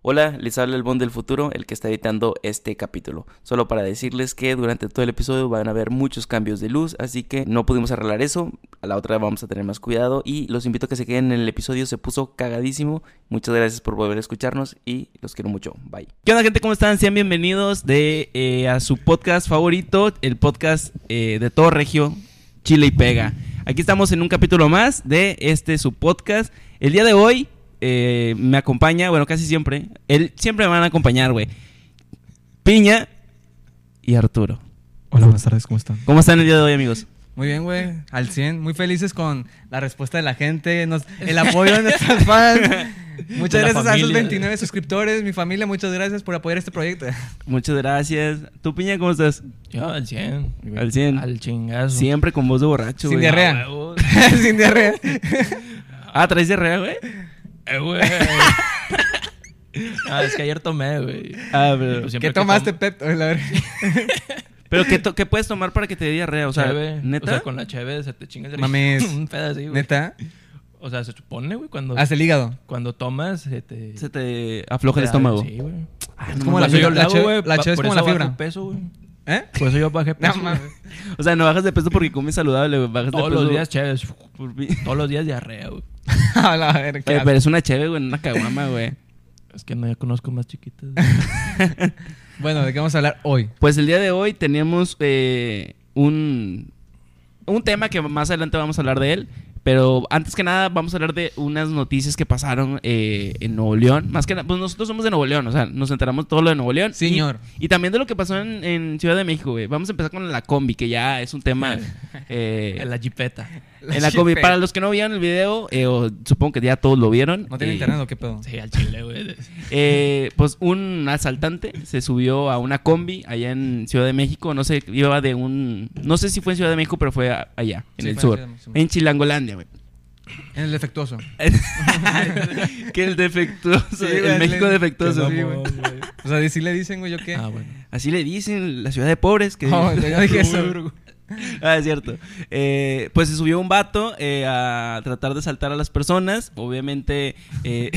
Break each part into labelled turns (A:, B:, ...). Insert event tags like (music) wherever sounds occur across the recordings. A: Hola, les habla el Bond del futuro, el que está editando este capítulo. Solo para decirles que durante todo el episodio van a haber muchos cambios de luz, así que no pudimos arreglar eso. A la otra vamos a tener más cuidado y los invito a que se queden en el episodio, se puso cagadísimo. Muchas gracias por volver a escucharnos y los quiero mucho. Bye.
B: ¿Qué onda gente? ¿Cómo están? Sean bienvenidos de, eh, a su podcast favorito, el podcast eh, de todo regio, Chile y Pega. Aquí estamos en un capítulo más de este su podcast. El día de hoy eh, me acompaña, bueno, casi siempre. Él siempre me van a acompañar, güey. Piña y Arturo.
C: Hola, buenas tardes, ¿cómo están?
B: ¿Cómo están el día de hoy, amigos?
C: Muy bien,
B: (laughs)
C: güey, al 100. Muy felices con la respuesta de la gente, nos- el
B: (laughs)
C: apoyo de nuestros fans. Muchas
B: De la
C: gracias a esos
B: familia.
C: 29 suscriptores, mi familia, muchas gracias por apoyar este
B: (laughs)
C: proyecto.
B: Muchas gracias. ¿Tú, Piña, cómo estás?
D: Yo al 100.
B: Al 100.
D: Al chingazo.
B: Siempre con voz de borracho,
C: Sin
B: güey.
C: diarrea.
D: Ah, huevo.
C: (laughs) Sin diarrea.
B: Ah, ¿traes diarrea, güey?
D: Eh,
C: (laughs)
D: güey. Ah, es que ayer tomé, güey. (laughs)
B: Ah, pero...
D: Pues siempre
C: ¿Qué
D: que
C: tomaste,
D: tomo-
C: Pep? La verdad.
B: ¿Pero qué, to- qué puedes tomar para que te dé diarrea? O sea,
D: Cheve.
B: ¿neta?
D: O sea, con la cheve se te chingas el-
C: Mames.
D: (laughs) Un pedo así, güey.
C: (laughs) Neta, Ah,
D: O sea, se supone, güey, cuando,
C: hasta el hígado.
D: cuando tomas se te...
B: Se
D: te
B: te afloja
D: da-
B: el estómago.
D: Sí, güey.
B: Ah,
C: Es
B: no
C: como la
B: mames.
D: Por eso yo
C: fibra.
D: lo
C: La
D: hago,
C: cheve-
D: güey.
C: la
D: pa-
C: cheve es
D: por eso
C: como la
D: bajo
C: fibra.
D: peso, güey.
B: (laughs)
C: ¿Eh?
B: Pues,
D: Por eso yo bajé
C: (laughs) No
D: peso,
C: mames. (laughs)
D: güey.
B: O sea, no bajas de peso porque comes saludable, güey. Bajas de
D: Todos
B: peso
D: los días cheves.
B: por pi-
D: (laughs)
B: Oye,
D: Todos los días diarrea, güey.
C: A la verga. qué
B: pero es una chévere, güey, una caguama, güey.
D: Es que no, ya conozco más
C: (laughs)
D: chiquitas.
C: asco. Bueno, ¿de qué vamos a hablar hoy?
B: Pues el día de hoy tenemos eh, un, un tema que más adelante vamos a hablar de él. Pero antes que nada, vamos a hablar de unas noticias que pasaron eh, en Nuevo León. Más que nada, pues nosotros somos de Nuevo León, o sea, nos enteramos todo lo de Nuevo León.
C: Señor.
B: Y, y también de lo que pasó en, en Ciudad de México, güey. Vamos a empezar con la combi, que ya es un
C: (laughs)
B: tema. eh,
D: la jipeta.
B: en la combi. Para los que no vieron el video, eh, o supongo que ya todos lo vieron.
C: ¿No tiene
B: eh,
C: internet o qué pedo?
D: Sí, al chile, güey.
B: eh, pues un asaltante se subió a una combi allá en Ciudad de México. No sé, iba de un. No sé si fue en Ciudad de México, pero fue a- allá, en
C: Sí,
B: el
C: fue en
B: sur.
C: Ciudad de México.
B: En Chilangolandia, güey.
C: (laughs) En el defectuoso.
B: que el defectuoso.
C: Sí,
B: el
C: güey,
B: México
C: le-
B: defectuoso.
C: que mamón, O sea, si le dicen, güey, yo qué.
D: Ah, bueno.
B: Así le dicen la ciudad de pobres. Que
C: (laughs) No, yo no dije eso.
B: Ah, es cierto. Eh, pues se subió un vato eh, a tratar de saltar a las personas. Obviamente, eh,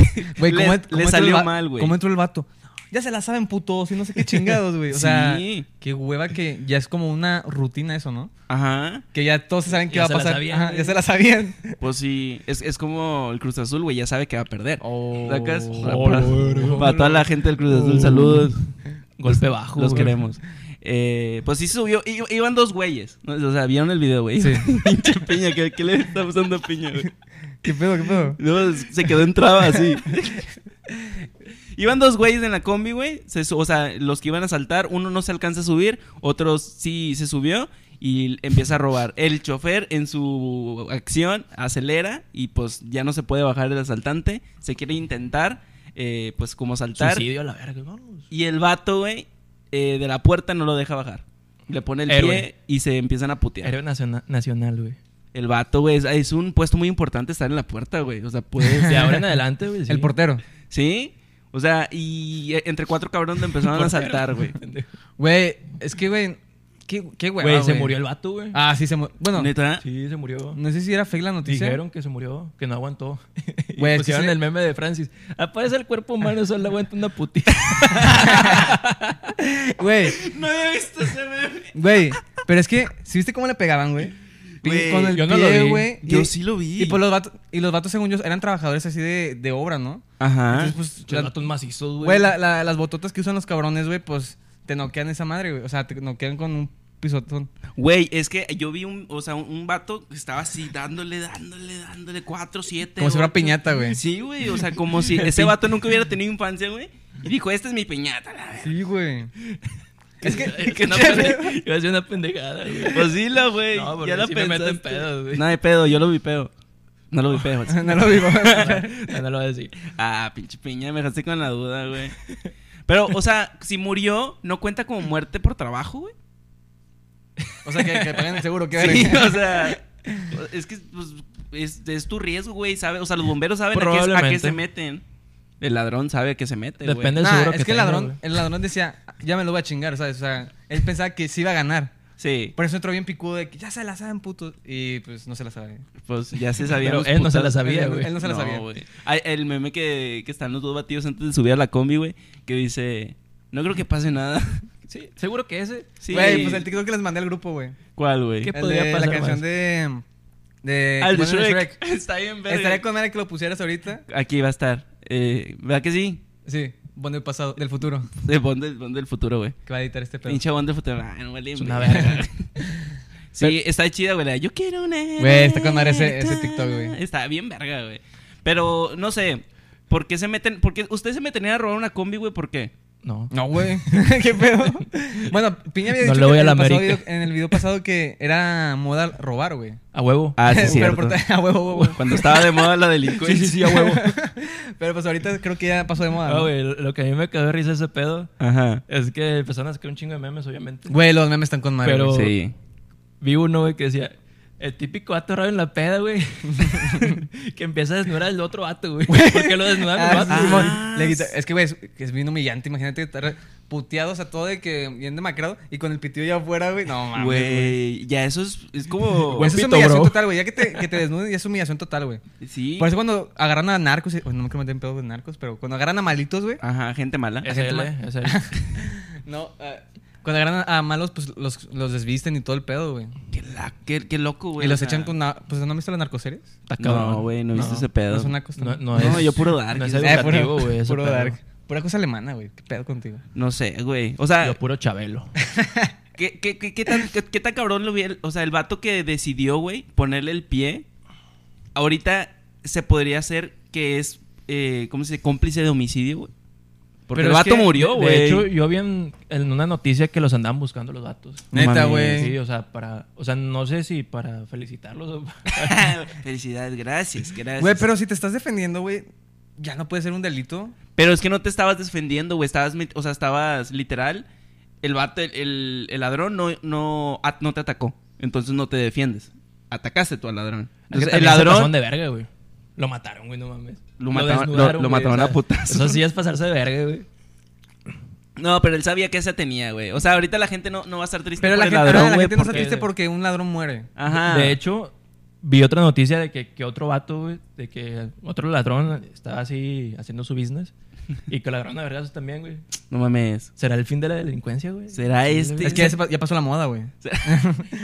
B: (laughs)
C: Güey,
B: le,
C: ¿cómo, en-
B: le
C: cómo entró el
B: salió
C: va-
B: mal, güey.
C: ¿Cómo entró el vato? Ya se la saben, putos, y no
D: (laughs)
C: sé qué chingados, güey. O sea,
B: Sí.
C: qué hueva que ya es como una rutina eso, ¿no?
B: Ajá.
C: Que ya todos saben qué
D: Ya
C: va a
D: se la
C: pasar.
D: sabían,
C: Ajá,
D: güey.
C: ya se
D: (laughs)
C: la sabían.
B: Pues sí, es, es como el Cruz Azul, güey, ya sabe que va a perder. ¿Sacas?
D: Oh,
B: para,
D: la
B: para toda la gente del Cruz Azul, saludos.
D: Golpe bajo.
B: Los
D: güey.
B: queremos. Eh, pues sí subió, i- iban dos güeyes. ¿no? O sea, vieron el video, güey.
C: Sí.
B: (laughs) Pinche piña, ¿qué, qué le está pasando a piña, güey?
C: ¿Qué pedo, qué pedo?
B: No, se quedó en traba así. (laughs) Iban dos güeyes en la combi, güey. Se su- O sea, los que iban a saltar, uno no se alcanza a subir, otro sí se subió y empieza a robar. El chofer en su acción acelera y pues ya no se puede bajar el asaltante. Se quiere intentar, eh, pues como saltar.
D: Suicidio a la verga, vamos.
B: Y el vato, güey, eh, de la puerta no lo deja bajar. Le pone el pie
D: Héroe.
B: y se empiezan a putear.
D: Héroe naciona- nacional, güey.
B: El vato, güey, es, es un puesto muy importante estar en la puerta, güey. O sea, puedes...
D: (laughs) De ahora en adelante, güey. sí.
C: El portero.
B: ¿Sí? O sea, y eh, entre cuatro cabrones lo empezaron a saltar, güey.
C: Güey, es que, güey, qué, qué hueva,
D: Güey, se murió el vato, güey.
C: Ah, sí, se murió. Bueno,
B: ¿Neta?
D: Sí, se murió.
C: no sé si era fake la noticia.
D: Dijeron que se murió, que no aguantó. (laughs) Y
C: Güey, es que
D: pusieron
C: se-
D: el meme de Francis. Aparece el cuerpo humano, solo aguanta una putita.
C: Güey,
B: No había visto ese meme.
C: güey, pero es que, ¿sí viste cómo le pegaban, güey? Pin-
B: Güey,
C: Con el
D: yo no lo
C: pie,
D: vi.
C: güey. y-
B: Yo sí lo vi.
C: Y, pues, los vatos, y los vatos, según yo, eran trabajadores así de, de obra, ¿no?
B: Ajá.
D: Ah,
C: Entonces,
D: Los
C: pues, la-
D: vatos macizos, güey.
C: Güey, la- la- las bototas que usan los cabrones, güey, pues te noquean esa madre, güey. O sea, te noquean con un pisotón.
B: Güey, es que yo vi un, o sea, un, un vato que estaba así dándole, dándole, dándole, cuatro, siete.
C: Como si fuera
B: ocho.
C: piñata, güey.
B: Sí, güey, o sea, como si ese vato nunca hubiera tenido infancia, güey. Y dijo, esta es mi piñata, la verga.
C: Sí, güey. (laughs) es que.
D: Es (laughs) que no, pende- iba a ser una pendejada, güey.
B: Pues sí, la, güey.
D: No, porque
B: ya la
D: sí me
B: pensaste.
D: meten pedos, güey.
B: No de pedo, yo lo vi pedo. No lo vi pedo.
C: (laughs) no lo digo.
D: (laughs) No, no lo voy a decir.
B: Ah, pinche piña, me dejaste con la duda, güey. Pero, o sea, si murió, ¿no cuenta como muerte por trabajo, güey?
C: o sea, que, que paguen el seguro, ¿qué
B: Sí,
C: (laughs) verga.
B: o sea, es que pues, es, es tu riesgo, güey, ¿sabe? O sea, los bomberos saben a qué, a qué
D: Probablemente.
B: se meten. El ladrón sabe a qué se mete, güey.
D: Depende. el
C: Nah,
D: seguro
C: es
D: que
C: que el
D: tenga,
C: ladrón,
D: güey.
C: el ladrón decía, ya me lo voy a chingar, ¿sabes? O sea, él pensaba que sí iba a ganar.
B: Sí,
C: Por eso entró bien picudo de que ya se la saben, putos. Y pues no se la saben.
B: pues ya se sabía.
D: Pero
B: los
D: él no se
B: putazos.
D: la sabía,
C: Él-
D: güey.
C: él no se la
B: No,
C: sabía.
B: güey. Hay el meme que, que están los dos batidos antes de subir a la combi, güey, que dice, no creo que pase nada. (laughs)
D: Sí, seguro que ese.
B: Sí.
C: Güey, pues el TikTok que les mandé al grupo, güey.
B: ¿Cuál, güey?
D: ¿Qué
C: El
D: podría
C: de
D: pasar
C: La canción
D: más?
C: de. De.
B: Ah, el de
C: que ponen en
B: Shrek. (laughs)
D: (laughs)
B: Está bien, verga.
C: Estaría con madre que lo pusieras ahorita.
B: Aquí va a estar. Eh, ¿Verdad que sí?
C: Sí, bueno, del pasado, del futuro.
B: De Bond del, Bond del futuro, güey.
C: Que va a editar este pedo.
B: Pinche Bond del futuro. Ay, no vale,
D: Es una
B: verga.
D: verga.
B: (laughs) Sí, está chida, güey. la de, Yo quiero una.
C: Güey, está con madre ese- ese TikTok, güey.
B: Está bien verga, güey. Pero, no sé. ¿Por qué se meten? Porque ustedes se meterían a robar una combi, güey. ¿Por qué?
D: No.
C: No, güey. (laughs) ¿Qué pedo? Bueno, Piña había
D: No
C: dicho
D: le voy
C: que
D: a
C: en,
D: la
C: el pasado
D: América.
C: video- en el video pasado que era moda robar, güey.
D: A huevo.
B: Ah, sí,
C: (laughs) Pero
B: cierto.
C: por tra- a huevo, huevo, huevo.
B: Cuando estaba de moda la delincuencia.
D: sí, a huevo.
C: (laughs) Pero pues ahorita creo que ya pasó de moda.
D: Ah,
C: ¿no?
D: güey, lo que a mí me quedó de risa ese pedo
B: Ajá.
D: es que empezaron a sacar un chingo de memes, obviamente.
C: Güey, los memes están con madre.
D: Pero-
C: güey.
B: Sí.
D: Vi uno, güey, que decía, el típico vato raro en la peda, güey, (laughs) que empieza a desnudar al otro vato, güey. Porque lo desnudan
C: Ah,
D: al vato,
C: sí,
D: güey.
C: Simón.
B: Ah,
C: Le quita- Es que, güey, es, que es bien humillante. Imagínate estar puteados a todo de que bien demacrado y con el pitido ya afuera, güey. No mames. Güey.
B: Güey, ya eso es, es como...
C: Güey,
D: Buen
C: eso es
D: pito,
C: humillación
D: bro.
C: total, güey. Ya que te, que te desnuden, ya es humillación total, güey.
B: Sí.
C: Por eso cuando agarran a narcos, y- oh, no me quiero meter en pedo de narcos, pero cuando agarran a malitos, güey.
B: Ajá, gente mala.
D: Es él, eh, es él.
C: No,
D: ah.
C: eh, cuando agarran a malos, pues los, los desvisten y todo el pedo, güey.
B: Qué, la- qué- qué loco, güey.
C: Y
B: o
C: los
B: sea.
C: echan con. na- Pues no han visto las narcoseries.
D: Está cabrón.
B: No, güey, no, viste
C: No,
B: ese pedo.
C: No es una cosa.
D: No, no
B: No,
D: es-
B: yo puro dark,
D: No es
B: yo-
C: Eh, puro-
D: educativo, güey. ese
C: puro
D: pedo.
C: dark. Pura cosa alemana, güey. ¿Qué pedo contigo?
B: No sé, güey. O sea,
D: Yo puro Chabelo.
B: ¿qué, qué, qué, qué tan, qué, qué tan cabrón lo vi? el- O sea, el vato que decidió, güey, ponerle el pie. Ahorita se podría hacer que es, eh, ¿cómo se dice? Cómplice de homicidio, güey. Porque el
D: es
B: vato
D: que,
B: murió, güey.
D: De hecho, (laughs) yo vi en, en una noticia que los andaban buscando los vatos.
B: No
C: Neta,
B: mames,
C: güey.
D: Sí, o sea, para... O sea, no sé si para felicitarlos o...
B: (laughs) (laughs) Felicidades, gracias, gracias.
C: Güey, pero si te estás defendiendo, güey, ya no puede ser un delito.
B: Pero es que no te estabas defendiendo, güey. Estabas, mit- o sea, estabas literal. El vato, el, el- el ladrón no, no, a- no te atacó. Entonces no te defiendes. Atacaste tú al ladrón. Entonces, el ladrón.
D: de verga, güey. Lo mataron, güey, no mames.
B: Lo mataron-
D: desnudaron,
B: lo- lo
D: güey,
B: mataron
D: o
B: a
D: sea,
B: putazos.
D: Eso sí es pasarse de verga, güey.
B: No, pero él sabía que esa tenía, güey. O sea, ahorita la gente no, no va a estar triste
C: Pero
B: por
C: la
B: el
C: gente,
B: ladrón,
C: ah, la
B: güey,
C: gente no está
B: porque- Ah,
C: triste porque un ladrón muere.
B: Ajá.
D: De hecho, vi otra noticia de que, que otro vato, güey, de que otro ladrón estaba así haciendo su
C: (laughs)
D: business y que ladrón de vergas también, güey.
B: No mames.
D: ¿Será el fin de la delincuencia, güey?
B: ¿Será este?
C: Es que ya, se pa- ya pasó la moda, güey.
B: (laughs) Es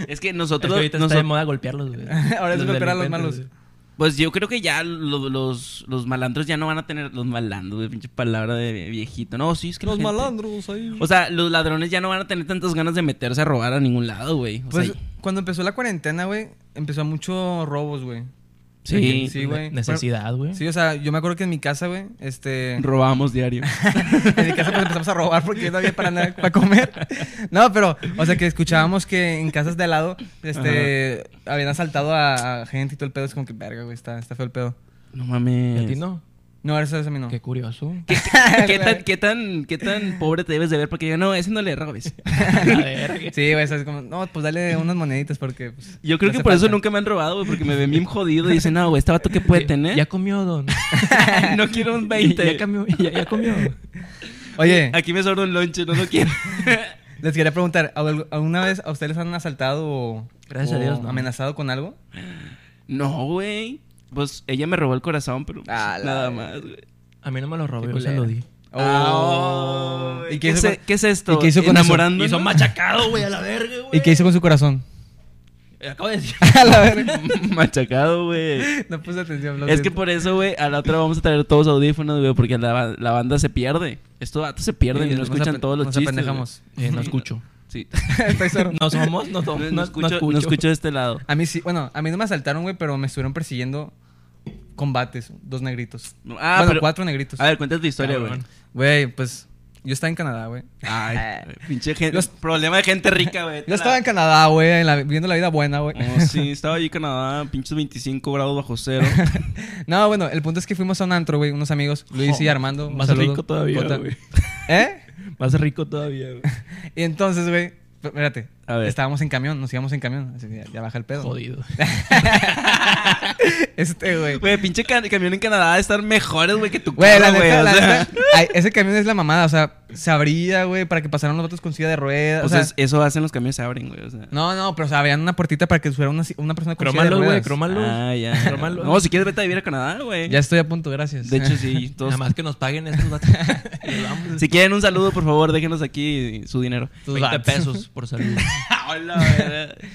B: que
D: Es que
B: nosotros...
D: ahorita está
B: nosotros-
D: de moda golpearlos, güey.
C: (laughs) Ahora es golpear a los
D: delincuentes,
C: malos.
D: güey.
B: Pues yo creo que ya lo- los, los malandros ya no van a tener... Los malandros, güey, pinche palabra de viejito. No, sí, es que la gente-
C: ahí.
B: O sea, los ladrones ya no van a tener tantas ganas de meterse a robar a ningún lado, güey. O
C: pues
B: sea,
C: cuando empezó la cuarentena, güey, empezó a muchos robos, güey.
B: sí,
C: sí, güey.
D: Necesidad, güey.
C: Sí, o sea, yo me acuerdo que en mi casa, güey,
B: (laughs)
C: este... (laughs)
B: robamos
D: (laughs)
B: diario.
C: en mi casa pues empezamos a robar porque yo no había para nada para comer.
B: (laughs)
C: No, pero, o sea, que escuchábamos que en casas de al lado, este, habían asaltado a, a gente y todo el pedo. Es como que, verga, güey, está, está feo el pedo.
B: No
D: ¿Y
B: mames.
D: a ti no?
C: No, eso es a mí no.
B: (laughs)
D: Qué curioso. (laughs)
B: ¿Qué tan, qué, tan, ¿Qué tan pobre te debes de ver? Porque yo no, ese no le robes.
D: (laughs) A la verga.
C: Sí, güey, eso es como, no, pues dale unas moneditas porque... pues,
B: Yo creo
C: no
B: que
C: hace
B: por eso
C: falta".
B: nunca me han robado, güey, porque me ven bien jodido y dicen, no, güey, este vato que puede tener. (laughs)
D: (laughs) Ya comió, don.
B: ¿Eh? no quiero (laughs) un
D: Ya
B: 20.
D: comió. Ya,
B: (laughs)
D: ya comió.
C: Oye,
B: Aquí me sobra un lonche, no lo
D: (laughs)
B: quiero.
C: les quería preguntar, ¿al- ¿alguna vez a ustedes les han asaltado o,
D: Gracias a
C: o
D: Dios, no.
C: amenazado con algo?
B: no, güey. Pues ella me robó el corazón, pero pues,
C: Ah, la
B: nada
C: verga.
B: más, güey.
D: A mí no me lo robé,
C: Qué
D: yo se lo di.
B: Ah,
C: ¿Y
B: ¿Y
C: qué
B: qué,
C: hizo
B: se-
C: con-
B: qué es esto?
C: ¿Y qué hizo con eso?
B: ¿Enamorándonos?
D: Y son machacados, güey, a la verga, güey. Eh,
C: ¿Y qué hizo con
B: (laughs)
C: su corazón?
D: Acabo de decir.
C: A la
D: (laughs)
C: verga.
B: Machacado, güey.
C: No puse atención. lo
B: Es que
C: siento.
B: por eso, güey, a la otra vamos a traer todos audífonos, güey, porque la, ba- la banda se pierde. Estos datos se pierden
C: Sí,
B: y no
C: nos
B: escuchan
C: apen-
B: todos los
C: nos
B: chistes.
C: apendejamos.
D: Eh, no
B: (laughs)
D: escucho.
B: güey.
C: (laughs)
B: Sí.
C: Estoy sordo.
D: No somos, no
B: No,
D: somos.
B: no
D: No, no
B: escucho, no
D: escucho.
B: escucho de este lado.
C: A mí sí, bueno, a mí no me asaltaron, güey, pero me estuvieron persiguiendo combates, dos negritos.
B: No, ah,
C: bueno,
B: pero-
C: cuatro Ah, negritos.
B: A ver, cuéntate tu historia, güey.
D: Cabrón.
C: Güey, pues yo estaba en
B: (laughs)
C: Canadá, güey.
B: Ay, pinche gente.
C: Los-
B: Problema de gente rica, güey.
C: (laughs) Yo estaba en Canadá, güey, en la- viviendo la vida buena, güey. (laughs)
B: Oh, sí, estaba allí en Canadá, pinches 25 grados bajo cero. (laughs)
C: No, bueno, el punto es que fuimos a un antro, güey, unos amigos, Luis y
B: Oh,
D: Joder,
C: Armando. un
D: más
C: saludo.
D: rico todavía,
C: Cota.
D: güey.
C: (laughs) ¿Eh?
D: Más rico todavía, güey.
C: Y entonces, güey, espérate,
B: A ver.
C: Estábamos en camión, nos íbamos en camión. Así que ya, ya baja el
D: (laughs)
C: pedo.
D: Jodido.
C: (laughs) Este, güey.
B: Güey, pinche ca- camión en Canadá de estar mejores, güey, que tu
C: Güey, la
B: carro, güey.
C: neta,
B: o
C: la
B: sea.
C: neta, ay, ese camión es la mamada. O sea, se abría, güey, para que pasaran los vatos con silla de ruedas.
B: (laughs) O sea, Pues es- eso hacen los camiones, se abren, güey. O sea.
C: no, no, pero o sea, abrían una puertita para que subiera una, si- una persona con silla de
D: Crómalo, güey,
C: ruedas.
D: crómalo.
B: Ah, ya.
D: Rómalo.
B: No, si quieres, vete a vivir a Canadá, güey.
C: Ya estoy a punto, gracias.
B: De hecho, sí. todos-
D: Nada más que nos paguen estos datos. Nos vamos.
B: Si quieren un saludo, por favor, déjenos aquí su
C: (laughs)
B: dinero.
C: Tus
D: 20
C: vatos.
D: pesos por salir.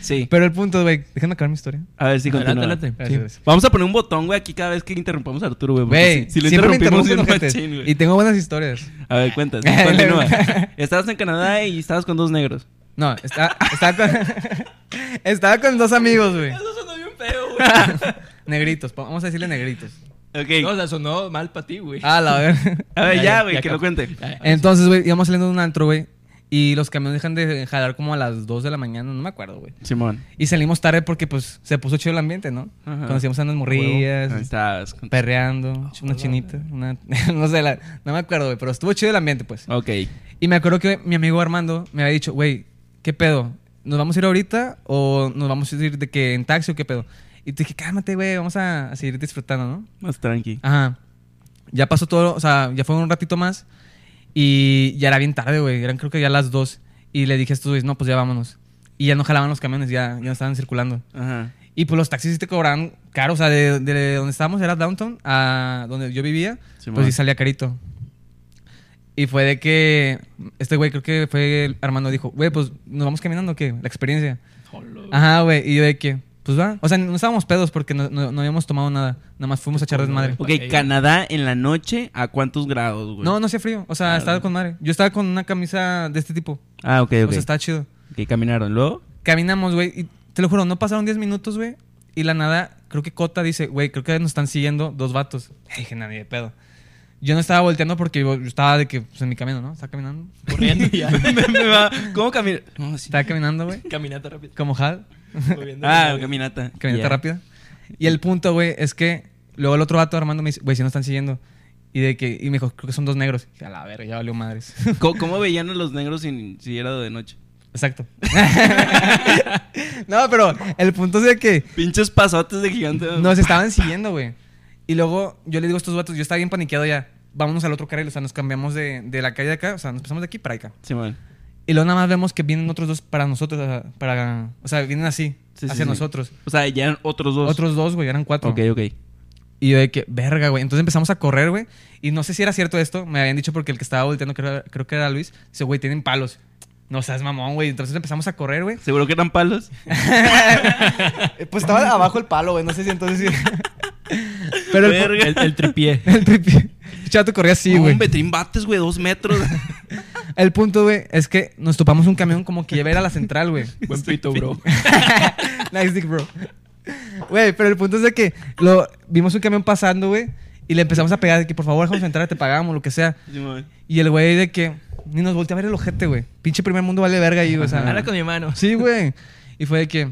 B: Sí.
C: (laughs) Pero el punto, güey, déjame acabar mi historia.
B: A ver si
D: Adelante,
B: continúa.
D: adelante.
C: Gracias,
D: Sí.
C: gracias.
B: Vamos a poner un botón, güey, aquí cada vez que interrumpamos a Arturo, güey. porque
C: Güey,
B: Pues, si, si lo
C: siempre me
B: interrumpimos,
C: interrumpen,
B: bien
C: gente.
B: machín, güey.
C: Y tengo buenas historias.
B: A ver, cuentas. Continúa. Estabas en Canadá y estabas con dos negros.
C: No, está- estaba con, estaba con (laughs) dos amigos, güey. (laughs)
D: Eso sonó bien feo,
C: Negritos, pa- vamos a decirle negritos.
B: Ok.
D: No, o sea, sonó mal para ti, güey.
C: Ah,
B: (laughs)
C: la ver.
B: a ver, ya,
D: ya, ya,
B: güey,
D: ya
B: que lo
D: acabó.
B: cuente.
D: Ya, ya.
C: Entonces, güey, íbamos saliendo de un antro, güey. Y los camiones dejan de jalar como a las 2 de la mañana, no me acuerdo, güey.
B: Simón.
C: Y salimos tarde porque, pues, se puso chido el ambiente, ¿no?
B: Ajá.
C: Conocíamos a unas
B: Ahí
C: morrillas,
B: Estabas. con-
C: perreando, una chinita, una... (laughs) no sé, la- no me acuerdo, güey, pero estuvo chido el ambiente, pues.
B: Ok.
C: Y me acuerdo que mi amigo Armando me había dicho, güey, ¿qué pedo? ¿Nos vamos a ir ahorita o nos vamos a ir de que en taxi o qué pedo? Y te dije, cálmate, güey, vamos a, a seguir disfrutando, ¿no?
B: Más tranqui.
C: Ajá. Ya pasó todo, o sea, ya fue un ratito más y ya era bien tarde, güey, eran creo que ya las dos. Y le dije a estos güeyes, no, pues ya vámonos. Y ya no jalaban los camiones, ya, ya no estaban circulando.
B: Ajá.
C: Y pues los taxis sí te cobraban caro, o sea, de, de donde estábamos era downtown a donde yo vivía,
B: Simón.
C: pues sí salía carito. Y fue de que este güey, creo que fue el- Armando, dijo, güey, pues nos vamos caminando, o ¿qué? La experiencia.
D: Jolo.
C: Ajá, güey, y yo de que, pues va. O sea, no estábamos pedos porque no, no- no habíamos tomado nada, nada más fuimos a echar desmadre.
B: Ok,
D: Ok.
B: Canadá en la noche, ¿a cuántos grados, güey?
C: No, no hacía frío, o sea, estaba con madre. Yo estaba con una camisa de este tipo,
B: Ah, ok, ok.
C: o sea, estaba chido.
B: Ok, caminaron. ¿Luego? (laughs)
C: Caminamos, güey, y te lo juro, no pasaron 10 minutos, güey. Y la nada, creo que Cota dice, güey, creo que nos están siguiendo dos vatos. (laughs) Y dije, nadie de pedo. Yo no estaba volteando porque yo yo estaba de que, pues en mi camino, ¿no? Estaba caminando.
D: Corriendo ya.
B: Me- me va- ¿Cómo caminar? No, sí.
C: Estaba caminando, güey.
D: Caminata rápida.
C: Como Hal.
D: Moviendo
B: Ah,
D: la-
B: caminata.
C: Caminata
B: Ya.
C: rápida. Y el punto, güey, es que luego el otro vato Armando me dice, güey, si nos están siguiendo. Y de que, y me dijo, creo que son dos negros. Y dije, a la verga, ya valió madres. (laughs)
B: ¿Cómo, cómo veían a los negros sin- si era de noche?
C: Exacto. (laughs) no, pero el punto es de que
B: Pinches pasotes de gigante.
C: Nos estaban siguiendo, güey. Y luego yo le digo a estos vatos, yo estaba bien paniqueado ya. Vámonos al otro carril, o sea, nos cambiamos de, de la calle de acá, o sea, nos pasamos de aquí para acá.
B: Simón.
C: Y luego nada más vemos que vienen otros dos para nosotros, o sea, para, o sea vienen así,
B: Sí, sí,
C: hacia
B: sí.
C: nosotros.
B: O sea, ya eran otros dos.
C: Otros dos, güey, eran cuatro.
B: Ok, ok.
C: Y yo de que, verga, güey. Entonces empezamos a correr, güey. Y no sé si era cierto esto, me habían dicho porque el que estaba volteando, creo, creo que era Luis, dice, güey, tienen palos. No seas mamón, güey. Entonces empezamos a correr, güey.
B: ¿Seguro que eran palos?
C: (laughs) Pues estaba abajo el palo, güey. No sé si entonces (laughs) Pero el,
B: Verga.
D: El, el tripié.
C: (laughs) El tripié. Chato corría así,
B: No,
C: güey.
B: Un betrín bates, güey, dos
C: (laughs)
B: metros.
C: El punto, güey, es que nos topamos un camión como que lleva a la central, güey.
D: Buen pito, bro.
C: nice dick, bro. Güey, pero el punto es de que lo, vimos un camión pasando, güey, y le empezamos a pegar de que por favor déjanos entrar, te pagamos, lo que sea.
B: Simón.
C: Y el güey de que ni nos voltea a ver el ojete, güey. Pinche primer mundo vale verga ahí, güey. o sea.
D: Habla con mi mano.
C: Ah. Sí, güey. Y fue de que,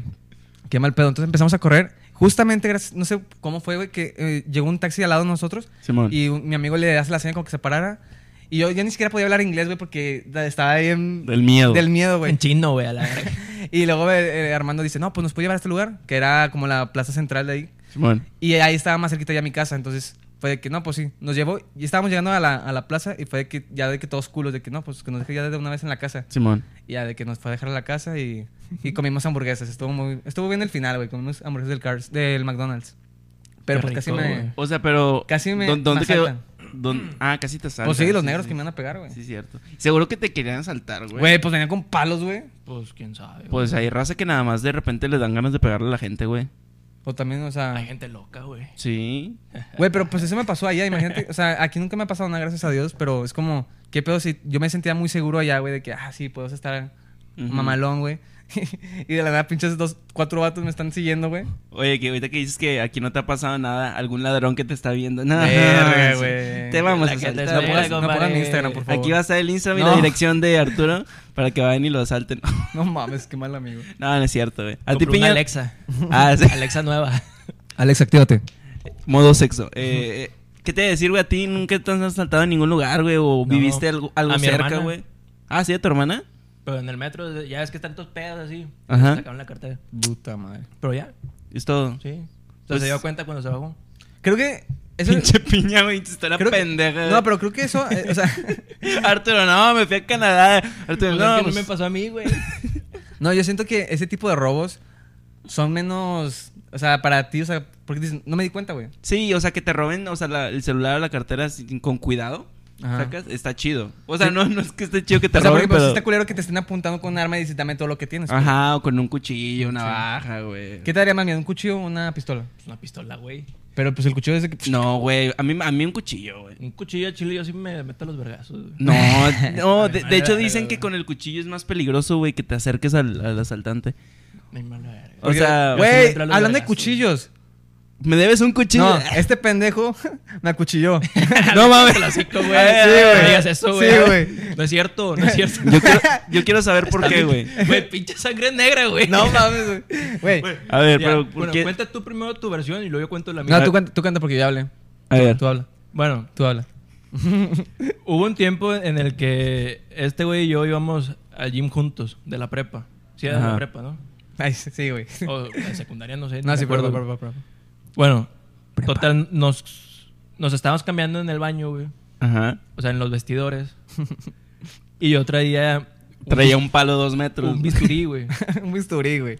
C: qué mal pedo. Entonces empezamos a correr. Justamente, gracias, no sé cómo fue, güey, que eh, llegó un taxi al lado de nosotros.
B: Simón.
C: Y un- mi amigo le hace la señal como que se parara. Y yo ya ni siquiera podía hablar inglés, güey, porque da- estaba ahí en...
B: Del miedo.
C: Del miedo, güey.
D: (laughs) En chino, güey, a la
C: (laughs)
D: verga.
C: Y luego eh, eh, Armando dice, no, pues nos puede llevar a este lugar, que era como la plaza central de ahí.
B: Simón.
C: Y ahí estaba más cerquita ya mi casa, entonces fue de que, no, pues sí, nos llevó. Y estábamos llegando a la, a la plaza y fue de que ya de que todos culos, de que no, pues que nos deje ya de una vez en la casa.
B: Simón.
C: Y ya de que nos fue a dejar a la casa y,
D: (laughs)
C: y comimos hamburguesas. Estuvo muy estuvo bien el final, güey. Comimos hamburguesas del, Cars, del McDonald's. Pero
D: Qué
C: pues casi
D: rico,
C: me...
D: güey.
B: O sea, pero.
C: Casi me-
B: ¿dó- ¿Dónde
C: me
B: quedó?
C: asaltan.
B: ¿Dónde- Ah, casi te asaltan.
C: Pues sí, los
B: Sí,
C: negros
B: sí.
C: que me van a pegar, güey.
B: Sí, cierto. Seguro que te querían asaltar, güey.
C: Güey, pues venía con palos, güey.
D: Pues quién sabe. güey.
B: Pues hay raza que nada más de repente le dan ganas de pegarle a la gente, güey.
C: O también, o sea...
D: Hay gente loca, güey.
B: Sí.
C: Güey, pero pues eso me pasó allá, imagínate. O sea, aquí nunca me ha pasado nada, gracias a Dios, pero es como, ¿qué pedo si yo me sentía muy seguro allá, güey? De que, ah, sí, puedo estar
B: Ujú.
C: mamalón, güey. (laughs) y de la nada, pinches dos, cuatro vatos me están siguiendo, güey.
B: Oye, que ahorita que dices que aquí no te ha pasado nada, algún ladrón que te está viendo. No,
C: Verga,
B: (laughs) sí.
C: güey.
B: Te vamos
D: La
B: a
D: que te
B: asaltar.
D: está
C: No pongas,
D: viendo,
C: no pongas
D: compadre.
C: mi Instagram, por favor.
B: Aquí va a estar el Instagram y
C: No.
B: la dirección de Arturo para que vayan y lo asalten. (laughs)
C: No mames, qué mal amigo.
B: No, no es cierto, güey. A ti,
D: Compré una
B: piña.
D: Alexa.
B: Ah, sí.
D: Alexa nueva.
C: Alex, actívate.
B: Modo sexo. Eh, eh, ¿Qué te voy a decir, güey? A ti nunca te has asaltado en ningún lugar, güey. O
D: No.
B: viviste algo, algo
D: A mi
B: cerca,
D: hermana.
B: güey. Ah, sí, a tu hermana.
D: Pero en el metro, ya es que están todos pedos así. y
B: Ajá.
D: se Sacaron la cartera.
C: Puta madre.
D: Pero ya,
B: Es todo.
D: sí. Entonces
B: Pues-
D: se dio cuenta cuando se bajó.
C: Creo que. Eso,
B: (laughs) Pinche piña, güey. Está la
C: creo que-
B: pendeja.
C: no, pero creo que eso. eh, o sea,
B: (laughs)
C: (laughs)
B: Arturo, no, me fui a Canadá. Arturo,
D: Pues,
B: no,
D: es que
B: pues-
D: no me pasó a mí, güey.
C: no, yo siento que ese tipo de robos son menos. O sea, para ti, o sea, porque dicen, no me di cuenta, güey.
B: Sí, o sea, que te roben, o sea, la- el celular o la cartera sin- con cuidado.
C: Ajá.
B: Sacas, está chido. O sea, no, no es que esté chido que te
C: O sea,
B: roben,
C: porque pues,
B: pero...
C: está culero que te estén apuntando con un arma y dices, dame todo lo que tienes. güey.
B: Ajá, o con un cuchillo, una navaja, güey.
C: ¿Qué te daría más miedo, un cuchillo o una pistola?
D: Pues una pistola, güey.
C: Pero pues el cuchillo es de que.
B: No, güey, a mí, a mí un cuchillo, güey.
D: Un cuchillo de chile, yo sí me meto a los vergazos, güey.
B: No, no, de,
D: Ay,
B: de hecho
D: madre,
B: dicen que
D: güey.
B: con el cuchillo es más peligroso, güey, que te acerques al, al asaltante.
D: Ay, mala verga.
B: O sea,
D: yo sí me
C: Güey,
D: entré a los
C: hablando de
D: vergazos.
C: cuchillos.
B: me debes un cuchillo.
C: No, (laughs) este pendejo me acuchilló.
B: (laughs) No mames.
D: El
B: (laughs)
D: hocico, güey.
B: Ay, Ah, sí,
D: No
B: güey.
D: digas eso, güey.
C: Sí, güey.
D: No es cierto, no es
B: (laughs)
D: cierto.
B: Yo quiero, yo quiero saber por qué, güey.
D: Güey, pinche sangre negra, güey. (laughs)
C: No mames, güey. güey.
B: A ver,
D: Ya,
B: pero ¿por
D: bueno,
B: qué?
D: cuenta tú primero tu versión y luego yo cuento la mía.
C: No, tú, canta- tú canta porque yo hablé.
B: A ver.
C: Tú habla,
D: Bueno,
C: tú habla.
D: (laughs) hubo un tiempo en el que este güey y yo íbamos al gym juntos, de la prepa. Sí, era de
B: Ajá.
D: la prepa, ¿no?
C: Ay, sí, sí, güey.
D: O de secundaria,
B: (laughs)
D: no sé.
C: No,
D: me
C: sí,
D: acuerdo.
C: perdón, perdón, perdón.
D: Bueno, total, nos, nos estábamos cambiando en el baño, güey.
B: Ajá.
D: O sea, en los
B: (laughs)
D: vestidores. y yo traía un
B: Traía un palo dos metros.
D: un bisturí, güey.
C: (laughs) Un bisturí, güey.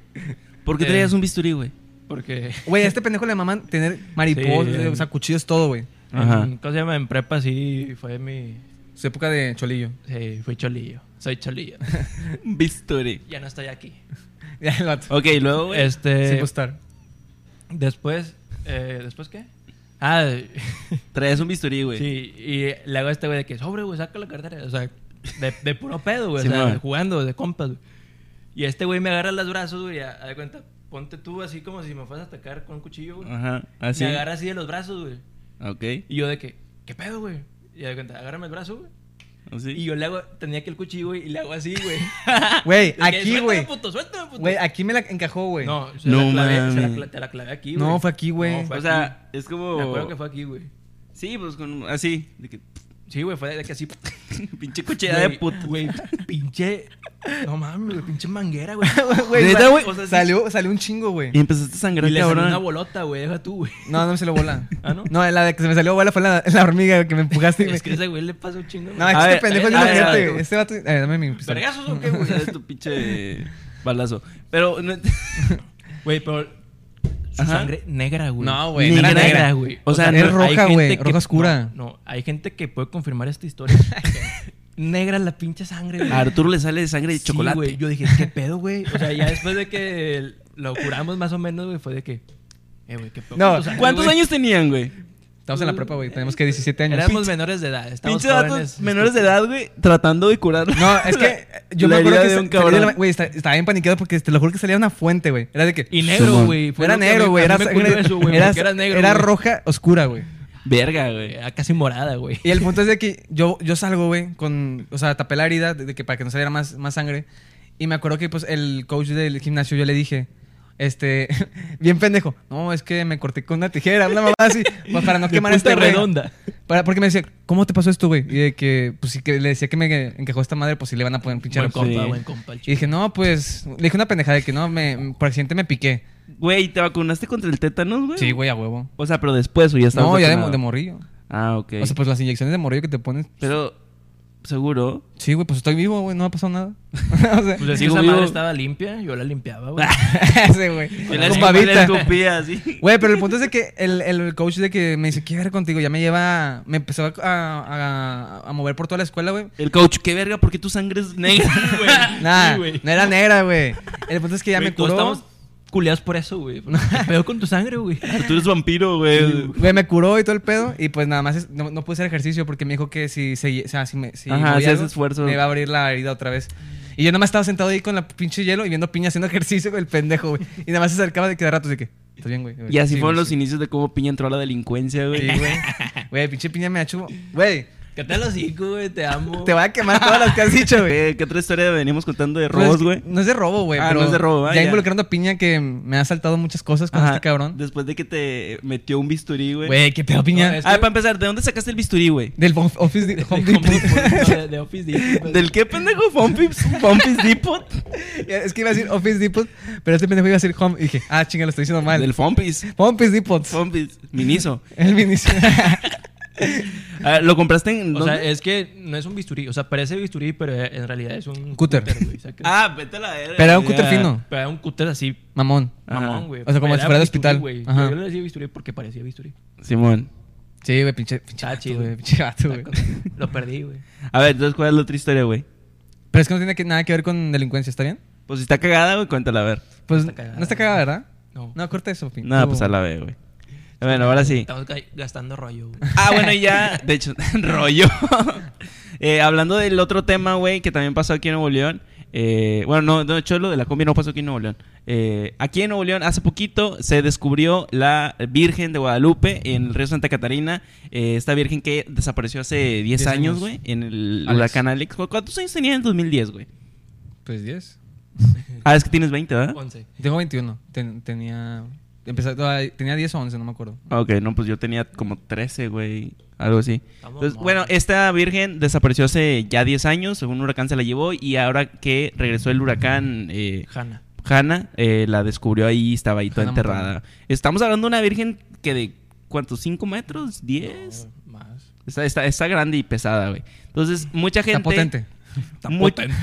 B: ¿Por (laughs) qué
D: Eh.
B: traías un bisturí, güey?
D: Porque
C: Güey, a este pendejo le maman tener mariposas,
D: Sí.
C: o sea, cuchillos, todo, güey.
B: (laughs) Ajá.
D: En, ¿Cómo se llama? En prepa sí fue mi...
C: Su época de cholillo. (laughs)
D: Sí, fui cholillo. Soy cholillo. (laughs)
B: Un bisturí.
D: ya no estoy aquí.
C: Ya el vato.
B: Ok, luego, güey.
C: Sí,
D: Este...
C: pues, estar.
D: después... eh, ¿Después qué? Ah, (laughs)
B: Traías un bisturí, güey.
D: sí. Y le hago a este güey de que, sobre, güey, saca la cartera. O sea, de, de puro pedo, güey.
B: Sí,
D: o sea,
B: man.
D: jugando, de compas, güey. Y este güey me agarra los brazos, güey. y Haz de cuenta, ponte tú así como si me fueras a atacar con un cuchillo,
C: Ah,
D: güey.
B: Ajá. Así.
D: Me agarra así de los brazos, güey.
B: Ok.
D: Y yo de que, ¿qué pedo, güey? Y haz de cuenta, agárrame el brazo, güey.
B: Así.
D: Y yo le hago, tenía que el cuchillo, güey, y le hago así, güey.
C: (laughs) Güey,
D: De que,
C: aquí,
D: "Suéltame,
C: güey.
D: puto, suéltame, puto".
C: Güey, aquí me la encajó, güey.
D: No, se
B: No
D: la clavé, se la
B: mames.
D: cla- te la clavé aquí, güey.
C: No, fue aquí, güey.
D: No, fue
B: o sea, es
D: Me
B: como.
D: acuerdo que fue aquí, güey.
B: Sí, pues con. Así. De que. (laughs)
D: Sí, güey, fue de que así.
B: Pinche cuchillada de
D: Güey,
B: puto.
D: Güey, pinche. No mames, güey, pinche manguera, güey.
C: (laughs) Güey,
B: ¿Neta,
C: sa-
B: güey?
C: o sea, salió, salió un chingo, güey.
B: Y empezaste a
D: Y
B: sangrar,
D: le salió una
B: cabrón.
D: bolota, güey, deja tú, güey.
C: No, no me salió bola.
D: (laughs) ¿Ah, no?
C: No, la de que se me salió bola fue la, la hormiga que me empujaste. y me-
D: Es que ese güey le pasó un chingo.
C: No,
D: güey.
C: es
B: A
C: que
B: ver,
C: este pendejo es
B: a ver, a
C: diferente,
B: ver,
C: güey. Este vato. A ver, dame mi pistola.
D: ¿Vergazos o qué, güey?
B: O sea, (laughs) es tu pinche. Balazo. Pero. no-
D: Güey, pero. Su
B: Ajá.
D: sangre negra, güey.
C: No, güey, no
B: era negra.
D: güey.
B: O sea,
C: es
D: no-
C: roja,
D: hay gente
C: güey,
D: que-
C: roja oscura.
D: No, no, hay gente que puede confirmar esta
C: (laughs)
D: historia. negra la pinche sangre,
B: (laughs)
D: güey.
B: A Arturo le sale sangre de
D: Sí,
B: chocolate.
D: güey. Yo dije, ¿qué pedo, güey? O sea, ya después de que lo curamos más o menos, güey, fue de que. Eh, güey, qué pedo.
C: No,
D: con tu sangre,
B: ¿Cuántos
D: güey?
B: años tenían, güey?
C: Estamos en la prepa, güey. Tenemos que 17
D: (laughs)
C: años.
D: Éramos menores de edad. Estábamos
B: Pinche
D: jóvenes.
B: datos menores de edad, güey, tratando de curar.
C: No, es que
B: (laughs)
C: yo
B: la
C: me acuerdo
B: herida
C: que
B: de
C: sa-
B: un
C: salía
B: cabrón.
C: de la- Güey, está- estaba bien paniqueado porque te lo juro que salía una fuente, güey. Era de que.
D: Y
B: Simón.
D: negro, güey. Fue
C: era
D: lo que
C: negro,
D: me-
C: güey.
D: a mí
C: Era,
D: me culió
C: sangre-
D: eso, güey,
C: era,
D: porque era negro.
C: era
D: güey.
C: roja oscura, güey.
B: Verga, güey.
D: Era Ah, casi morada, güey. (laughs)
C: Y el punto es de que yo, yo salgo, güey, con. O sea, tapé la herida de, de que para que no saliera más, más sangre. Y me acuerdo que, pues, el coach del gimnasio yo le dije. Este, (laughs) bien pendejo. No, es que me corté con una tijera, una mamá así, pues, para no
D: De
C: quemar
D: punta
C: este güey.
D: redonda.
C: Para, porque me decía, ¿cómo te pasó esto, güey? Y de que, pues sí, que le decía que me encajó esta madre, pues sí le van a poner pinche
D: Buen
C: ropa.
D: compa,
B: Sí.
D: buen compa. el
C: Y dije, no, pues, le dije una pendejada de que no, me, por accidente me piqué.
B: Güey, ¿te vacunaste contra el tétanos, güey?
C: Sí, güey, a huevo.
B: O sea, pero después, o ya estabas
C: No, ya de, mo-
B: vacunado?
C: de morrillo.
B: Ah, ok.
C: O sea, pues las inyecciones de morrillo que te pones.
B: Pero, seguro.
C: Sí, güey, pues estoy vivo, güey, no me ha pasado nada. (laughs) o sea,
D: Pues es que
B: Sigo
D: esa
B: vivo.
D: madre estaba limpia, yo la limpiaba, (laughs) güey.
C: (laughs) ese, güey.
B: Yo la
C: Con
B: escupí, la
C: babita.
B: escupía, así.
C: (laughs) Güey, pero el punto es de que el, el coach de que me dice, ¿qué ver contigo? Ya me lleva. Me empezó a, a- a- a mover por toda la escuela, güey.
B: El coach, qué verga, ¿por qué tu sangre es negra,
C: (laughs)
B: güey?
C: Nada,
D: güey.
C: no era negra, güey. El punto es que ya
D: Güey,
C: me
D: todos
C: curó.
D: estamos culeados por eso, güey.
C: (laughs)
D: ¿Qué pedo con tu sangre, güey?
B: Tú eres vampiro, güey.
C: Güey, me curó y todo el pedo. Y pues nada más es- no, no pude hacer ejercicio porque me dijo que si, se- o sea, si me si
B: Ajá,
C: movía
B: si haces
C: algo,
B: esfuerzo.
C: me iba a abrir la herida otra vez. Y yo nada más estaba sentado ahí con la pinche hielo y viendo piña haciendo (laughs) ejercicio con el pendejo, güey. Y nada más se acercaba de que de ratos de que, ¿estás bien, güey?
B: Y así
C: Sí,
B: fueron
C: güey,
B: los
C: sí.
B: (laughs) inicios de cómo Piña entró a la delincuencia, güey.
C: Sí, güey. Güey, pinche piña me ha hecho. Güey,
D: ¿Qué tal los hocico, güey? Te amo.
C: Te va a quemar todas las que has
B: (laughs)
C: dicho, güey.
B: ¿Qué, qué otra historia venimos contando de
C: No
B: robos,
C: es-
B: güey?
C: No es de robo, güey.
B: Ah,
C: pero
B: no es de robo, ah,
C: Ya
B: ya.
C: involucrando a Piña que me ha saltado muchas cosas con
B: Ajá,
C: este cabrón.
B: Después de que te metió un bisturí, güey.
C: Güey, qué pedo, Piña.
D: No, es-
B: Ah, para empezar, ¿de dónde sacaste el bisturí,
C: (laughs)
B: güey?
C: Del Home- Office de- Home
D: De,
C: Depot. (laughs)
D: de, de Office Depot.
B: ¿Del qué pendejo? ¿Pompips? ¿Pompips Depot?
C: es que iba a decir Office Depot, pero este pendejo iba a decir Home. Y dije, ah, chinga, lo estoy diciendo mal.
B: Del Fompis.
C: Office Depot.
B: Fompis. Miniso. (laughs)
C: El miniso.
B: Ah, ¿Lo compraste en.?
D: O sea,
B: dónde?
D: es que no es un bisturí. O sea, parece bisturí, pero en realidad es un
C: Cúter.
D: güey. O sea, que-
B: Ah, vete a la verga.
C: Pero era un cúter
B: Ya.
C: fino.
D: Pero era un cúter así,
C: (laughs) Mamón.
B: Ajá.
D: mamón, güey.
C: O sea, como
D: Era
C: si fuera de
D: bisturí,
C: hospital.
D: güey.
C: Ajá.
D: Yo le decía bisturí porque parecía bisturí.
B: Simón.
C: Sí, güey, pinche, pinche
D: Ah,
C: vato,
D: chido.
C: güey. Pinche vato, güey.
D: Lo perdí, güey.
B: A ver, entonces, ¿cuál es la otra historia, güey?
C: Pero es que no tiene que- nada que ver con delincuencia, ¿está bien?
B: Pues si está cagada, güey, cuéntala, a ver.
D: No
C: Pues no
D: está cagada.
C: está cagada, ¿verdad?
D: No.
C: No, corta eso, Piña.
B: Nada,
C: Tú-
B: pues a la vez, güey. Bueno, ahora sí.
D: Estamos ga- gastando rollo, güey.
C: (laughs)
B: Ah, bueno, y ya, de hecho, (laughs) rollo. Eh, hablando del otro tema, güey, que también pasó aquí en Nuevo León. eh, bueno, no, no, de hecho, lo de la combi no pasó aquí en Nuevo León. Eh, aquí en Nuevo León, hace poquito se descubrió la Virgen de Guadalupe en el río Santa Catarina. Eh, esta virgen que desapareció hace 10
C: Diez
B: años,
C: años.
B: güey, en el
C: Alex.
B: huracán Alex. ¿Cu- ¿Cuántos años tenía en el 2010, güey?
C: Pues 10.
B: Ah, es que tienes 20, ¿verdad?
D: 11.
C: Tengo 21. Ten- tenía. empecé- tenía 10 o 11, no me acuerdo.
B: Ah, Ok, no, pues yo tenía como 13, güey. Algo así.
D: Estamos
B: Entonces,
D: mal.
B: bueno, esta virgen desapareció hace ya 10 años. Un huracán se la llevó. Y ahora que regresó el huracán eh,
D: Hanna.
B: Hanna, eh, la descubrió ahí. Estaba ahí toda
C: Hannah
B: enterrada. Estamos hablando de una virgen que de. ¿Cuántos? ¿5 metros? ¿10?
D: No, más.
B: Está, está, está grande y pesada, güey. Entonces, mucha gente.
C: Está potente.
B: Está (laughs) potente.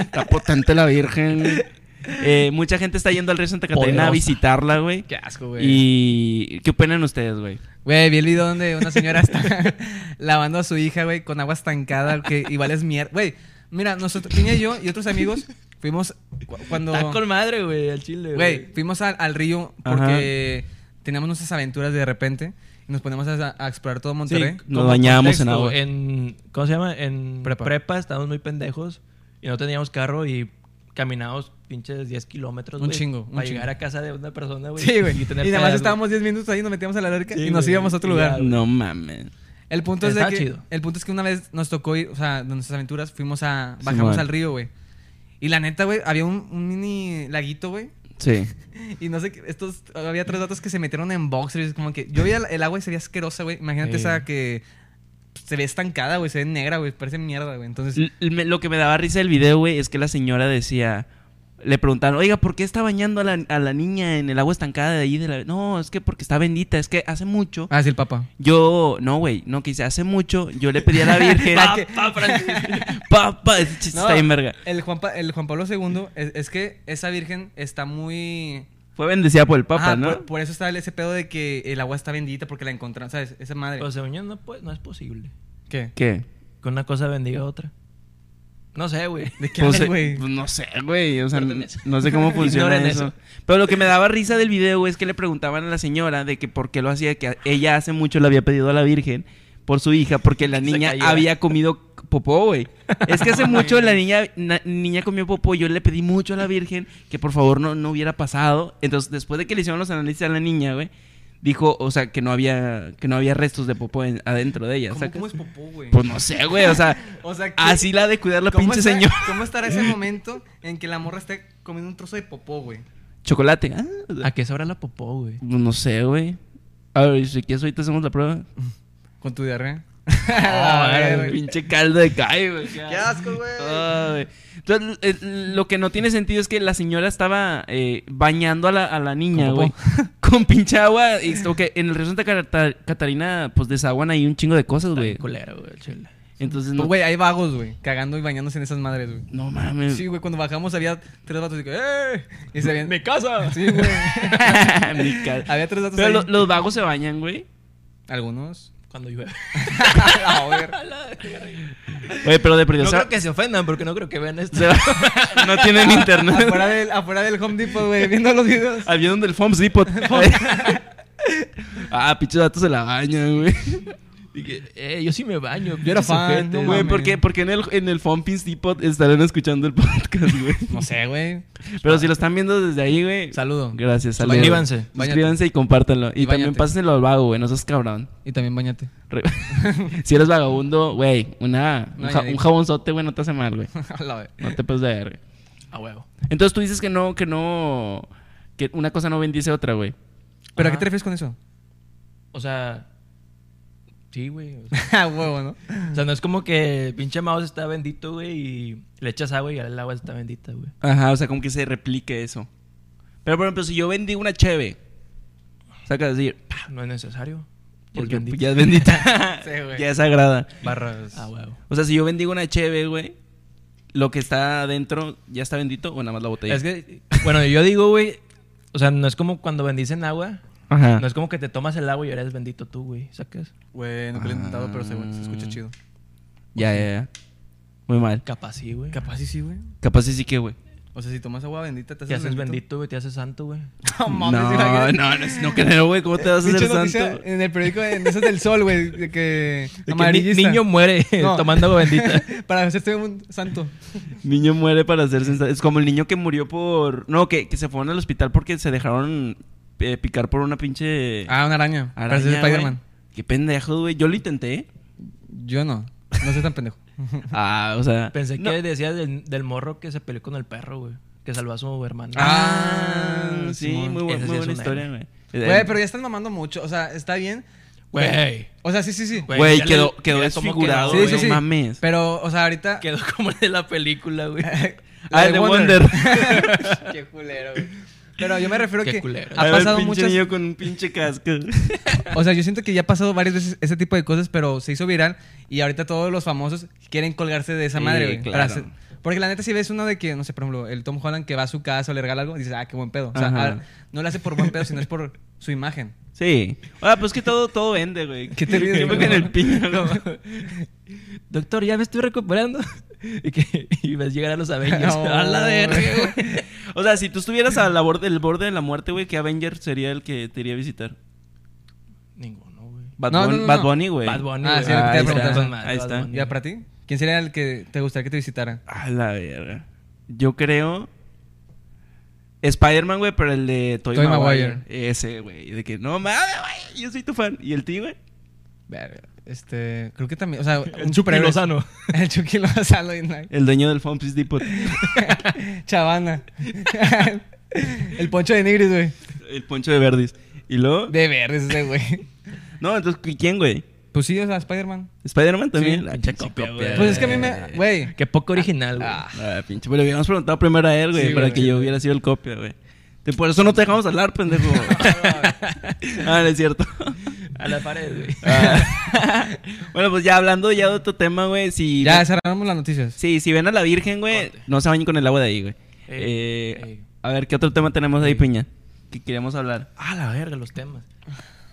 B: está potente la virgen. Eh, mucha gente está yendo al río Santa Catarina a
D: Poderosa.
B: visitarla, güey.
C: Qué asco,
B: ¿Y qué opinan ustedes, güey?
C: Güey, vi el video donde una señora está (laughs) lavando a su hija, güey, con agua estancada, que igual es mierda. Güey, mira, nosotros, Piña y yo y otros amigos fuimos cu- cuando.
D: Está con madre, güey, al chile,
C: Güey, fuimos al, al río porque teníamos nuestras aventuras de repente y nos ponemos a, a explorar todo Monterrey.
B: Nos
D: como
B: bañábamos en agua.
D: en- ¿Cómo se llama? En
C: Prepa.
D: prepa. estábamos muy pendejos y no teníamos carro y caminábamos pinches 10 kilómetros,
C: Un
D: güey,
C: chingo, un
D: Para
C: chingo.
D: llegar a casa de una persona, güey.
C: Sí, güey. Y,
D: tener
C: nada más
D: pedas,
C: estábamos 10 minutos ahí, nos metíamos a la alberca
D: Sí,
C: y nos
D: güey.
C: íbamos a otro
D: Y
C: lugar.
D: ya,
B: No mames.
C: El punto es de
D: Está
C: que
D: chido.
C: el punto es que una vez nos tocó ir, o sea, de nuestras aventuras fuimos a bajamos
B: Simón.
C: al río, güey. Y la neta, güey, había un, un mini laguito, güey.
B: Sí.
C: Y no sé, qué- estos había tres datos que se metieron en boxers, como que yo veía el- el agua y se veía asquerosa, güey. Imagínate
D: Sí.
C: esa que se ve estancada, güey, se ve negra, güey, parece mierda, güey. Entonces,
B: Pues, L- me- Lo que me daba risa del video, güey, es que la señora decía... Le preguntaron, oiga, ¿por qué está bañando a la, a la niña en el agua estancada de ahí? De la... No, es que porque está bendita. Es que hace mucho...
C: ah, sí, el papa.
B: Yo... No, güey. No, que dice, hace mucho yo le pedí a
C: (laughs)
B: la Virgen...
C: La que-
B: Papá, Francisco. (laughs) Papá. Ese chiste
C: No,
B: está bien verga.
C: El Juan, Pa- el Juan Pablo II es, es que esa virgen está muy
B: Fue bendecida por el Papa,
C: Ajá,
B: ¿no?
C: Por, por eso está el- ese pedo de que el agua está bendita porque la encontraron, ¿sabes? Esa madre.
D: Pero según yo no, puede- no es posible.
C: ¿Qué?
B: ¿Qué?
D: Que una cosa bendiga a otra. No sé, güey.
C: ¿De qué
B: Pues,
C: hablas,
B: eh,
C: güey?
B: pues, no sé, güey. O sea,
D: Corten
B: n-
D: eso.
B: no sé
C: (laughs)
B: cómo funciona
D: Ignoren
B: eso.
D: eso.
B: Pero lo que me daba risa del video, güey, es que le preguntaban a la señora de que por qué lo hacía, que a- ella hace mucho le había pedido a la Virgen por su hija, porque la
D: Se
B: niña
D: cayera.
B: había comido popó, güey. Es que
C: (laughs)
B: hace mucho la niña, na- niña comió popó. Yo le pedí mucho a la Virgen que por favor no, no hubiera pasado. Entonces, después de que le hicieron los análisis a la niña, güey, dijo, o sea, que no había, que no había restos de popó en- adentro de ella.
C: ¿Cómo,
B: ¿sacas?
C: cómo es popó, güey?
B: Pues no sé, güey. O sea,
C: O sea, (laughs) ¿qué-
B: así la ha de cuidar la
C: ¿cómo
B: pinche
C: está-
B: señora.
C: (laughs) ¿Cómo
B: (laughs)
C: estará ese momento en que la morra esté comiendo un trozo de popó, güey?
B: Chocolate. Ah, pues
D: ¿A qué sobra la popó, güey?
B: No sé, güey. A ver, si quieres ahorita hacemos la (laughs) prueba.
C: Con tu diarrea. (laughs)
B: Ay,
C: Ay,
B: güey,
C: güey.
B: Ah, pinche caldo de cae, güey. Qué
C: ¡Qué asco, güey!
B: Ay. Entonces, eh, lo que no tiene sentido es que la señora estaba eh, bañando a la, a la niña, (laughs)
C: Con
B: güey.
C: popó.
B: Con pinche agua. Y esto que en el río Santa Cata- Catarina, pues desaguan ahí un chingo de cosas, güey.
D: Tan culero, güey, al chile.
B: Entonces,
C: Pues,
B: no,
C: güey, hay vagos, güey, cagando y bañándose en esas madres, güey.
B: no mames. (laughs)
C: Sí, güey, cuando bajamos había tres vatos y que, ¡eh! Y se habían...
D: ¡Me casa!
C: (laughs) Sí, güey.
B: (laughs) Mi cal-
C: había tres vatos
B: Pero
C: ahí.
B: lo- los vagos se bañan, güey. (laughs)
C: Algunos.
D: Cuando llueve.
C: A ver.
B: Oye, pero de
D: No
B: perdido. se-
D: creo que se ofendan porque no creo que vean esto.
B: se va- (laughs) no tienen internet.
C: Afuera del, afuera del Home Depot, güey, viendo
B: (laughs)
C: los videos.
B: Al
C: (laughs)
B: donde del Foms Depot. ah, pinche datos se la bañan, güey.
D: Dije, eh, yo sí me baño.
C: Yo era
D: pinches
C: fan,
D: ojetes.
C: Ah, no
B: Güey,
C: mames.
B: ¿por qué? Porque en el, en el Fompins Depot estarán escuchando el podcast,
C: (laughs)
B: güey.
C: No sé, güey.
B: Pero si lo están viendo desde ahí, güey.
C: Saludo.
B: Gracias, saludos.
D: Suscríbanse.
B: Suscríbanse y compártanlo. Y,
C: Y
B: también
C: báñate.
B: pásenlo al vago, güey. No seas cabrón.
C: Y también bañate. (laughs)
B: Re- (laughs) si eres vagabundo, güey, una, un,
C: Una
B: ja-
C: llanita.
B: un jabonzote, güey, no te hace mal, güey.
C: A la vez.
B: No te puedes ver, güey.
D: A huevo.
B: Entonces tú dices que no, que no, que una cosa no bendice a otra, güey.
C: ¿Pero a
D: Ajá.
C: qué te refieres con eso?
D: O sea, sí, güey. O sea,
C: (laughs) Ah, huevo, ¿no?
D: o sea, no es como que pinche mouse está bendito, güey, y le echas agua y el agua está bendita, güey.
B: Ajá, o sea, como que se replique eso. Pero por ejemplo, si yo vendí una cheve, saca decir,
D: Ah, No es necesario. Ya es
B: porque
D: bendito.
B: ya es bendita,
C: (laughs)
B: (laughs)
C: Sí, güey.
B: ya es sagrada.
C: Barras.
D: A huevo.
B: O sea, si yo bendigo una cheve, güey, lo que está adentro ya está bendito o nada más la botella.
D: Es que, bueno, yo digo, güey, o sea, no es como cuando bendicen agua.
B: Ajá.
D: No es como que te tomas el agua y eres bendito tú, güey. ¿Sacas?
C: Güey, nunca lo he intentado, pero se, se escucha chido.
B: Ya, ya, ya. Muy mal.
D: Capaz sí, güey.
C: Capaz sí, sí, güey.
B: Capaz sí sí que, güey.
C: O sea, si tomas agua bendita, te haces,
D: Te haces bendito, güey. Te haces santo, güey.
C: (laughs) No mames,
B: no,
C: imagínate.
B: no, no, no creo, güey. ¿Cómo te vas a
C: Pinche
B: hacer
C: noticia
B: santo?
C: En el periódico de de esas del sol, güey, de que
D: De que ni-
C: amarillista.
D: niño muere
C: (laughs)
D: (laughs)
C: No.
D: tomando agua
C: (laughs)
D: bendita.
C: para hacerte un santo.
B: Niño muere para hacerse santo. Es como el niño que murió por... No, que, que se fueron al hospital porque se dejaron eh, picar por una pinche...
C: Ah, una araña.
B: araña,
C: para ser
B: güey.
C: Spider-Man.
B: Qué pendejo, güey. Yo lo intenté.
C: Yo no. No soy tan pendejo.
B: Ah, o sea...
D: Pensé
B: no.
D: que decías del, del morro que se peleó con el perro, güey. Que salvó a su hermano.
C: Ah,
B: Ah, sí.
D: Simón.
B: Muy, bu-
D: Esa
B: muy
D: sí es
B: buena
D: una
B: historia, güey.
C: Güey, pero ya están mamando mucho. O sea, está bien.
D: Güey.
C: O sea, sí, sí, sí.
D: Güey,
B: Güey,
D: ya
B: quedó,
D: le-
B: quedó
D: mira cómo
B: desfigurado,
D: quedó,
B: güey.
C: Sí, sí, sí.
B: No mames.
C: Pero, o sea, ahorita.
D: (laughs) Quedó como el de la película,
C: (laughs)
D: güey.
C: La
B: Ah,
C: de
B: de
C: Wonder.
B: Wonder.
C: (laughs) Qué culero, güey. Pero yo me refiero
D: Qué
C: que
D: culero.
C: ha
B: A ver,
C: pasado
B: pinche
C: muchas.
B: niño con un pinche casco.
C: O sea, yo siento que ya ha pasado varias veces ese tipo de cosas, pero se hizo viral y ahorita todos los famosos quieren colgarse de esa
B: Sí,
C: madre, güey.
B: claro.
C: para hacer- Porque la neta, si ves uno de que, no sé, por ejemplo, el Tom Holland que va a su casa o le regala algo, dices, ah, qué buen pedo. O sea,
B: Ajá.
C: a ver, no lo hace por buen pedo, sino es por su imagen.
B: (laughs) Sí. Ah, pues que todo, todo vende, güey.
C: ¿Qué te ríes,
B: Siempre
C: güey?
B: con el piño, ¿no?
D: Doctor, ya me estoy recuperando. (laughs) y que y vas a llegar a los Avengers.
C: No,
D: (laughs) a la verga, güey.
C: (laughs)
B: O sea, si tú estuvieras al borde, el borde de la muerte, güey, ¿qué Avenger sería el que te iría a visitar?
D: Ninguno, güey.
B: Bad,
C: No,
B: Bun-
C: no, no,
B: Bad
C: no.
B: Bunny, güey.
D: Bad Bunny.
C: Ah,
D: güey.
C: sí, lo que te iba a
D: ahí
C: preguntar.
D: está. con madre,
B: Ahí
D: Bad
B: está.
D: Bunny.
C: ¿Ya para ti? ¿Quién sería el que te gustaría que te visitara?
B: A la verga. Yo creo. Spider-Man, güey, pero el de Toy,
C: Tobey
B: Maguire. Ese, güey. De que no mames, güey. Yo soy tu fan. ¿Y el ti, güey?
C: Verga, Este, creo que también, o sea, un
D: Chucky
C: superhéroe.
D: Lozano.
C: (laughs) El Chucky Lozano y Nike.
B: El dueño del Fompis Depot. (laughs)
C: (laughs) Chavana. el poncho de Nigris, güey.
B: el poncho de Verdis. Y luego.
C: De verdes ese, güey.
B: No, entonces, ¿qui- ¿quién, güey?
C: Pues sí, o sea, Spider-man.
B: ¿Spider-Man también?
C: Sí.
B: Ah, che,
D: Sí,
B: copia,
D: copia,
B: güey.
C: Pues es que a mí
D: (laughs)
C: me. Güey.
D: Qué poco original, güey.
C: Ah.
B: Ah, pinche, pero le habíamos preguntado primero a él, güey,
C: Sí,
B: para
C: güey.
B: que yo hubiera sido el copia, güey. Te- Por eso no te dejamos hablar,
C: (laughs)
B: pendejo. ah, no es cierto.
D: A la pared, güey.
C: (laughs)
B: Ah. (laughs) bueno, pues ya hablando ya de otro tema, güey, si
C: Ya cerramos las noticias.
B: Sí, si ven a la Virgen, güey,
D: Corte.
B: no se bañen con el agua de ahí, güey.
D: Ey,
B: Eh,
D: ey.
B: A ver, ¿qué otro tema tenemos ahí, Piña? Que queremos hablar.
D: A la verga, los temas.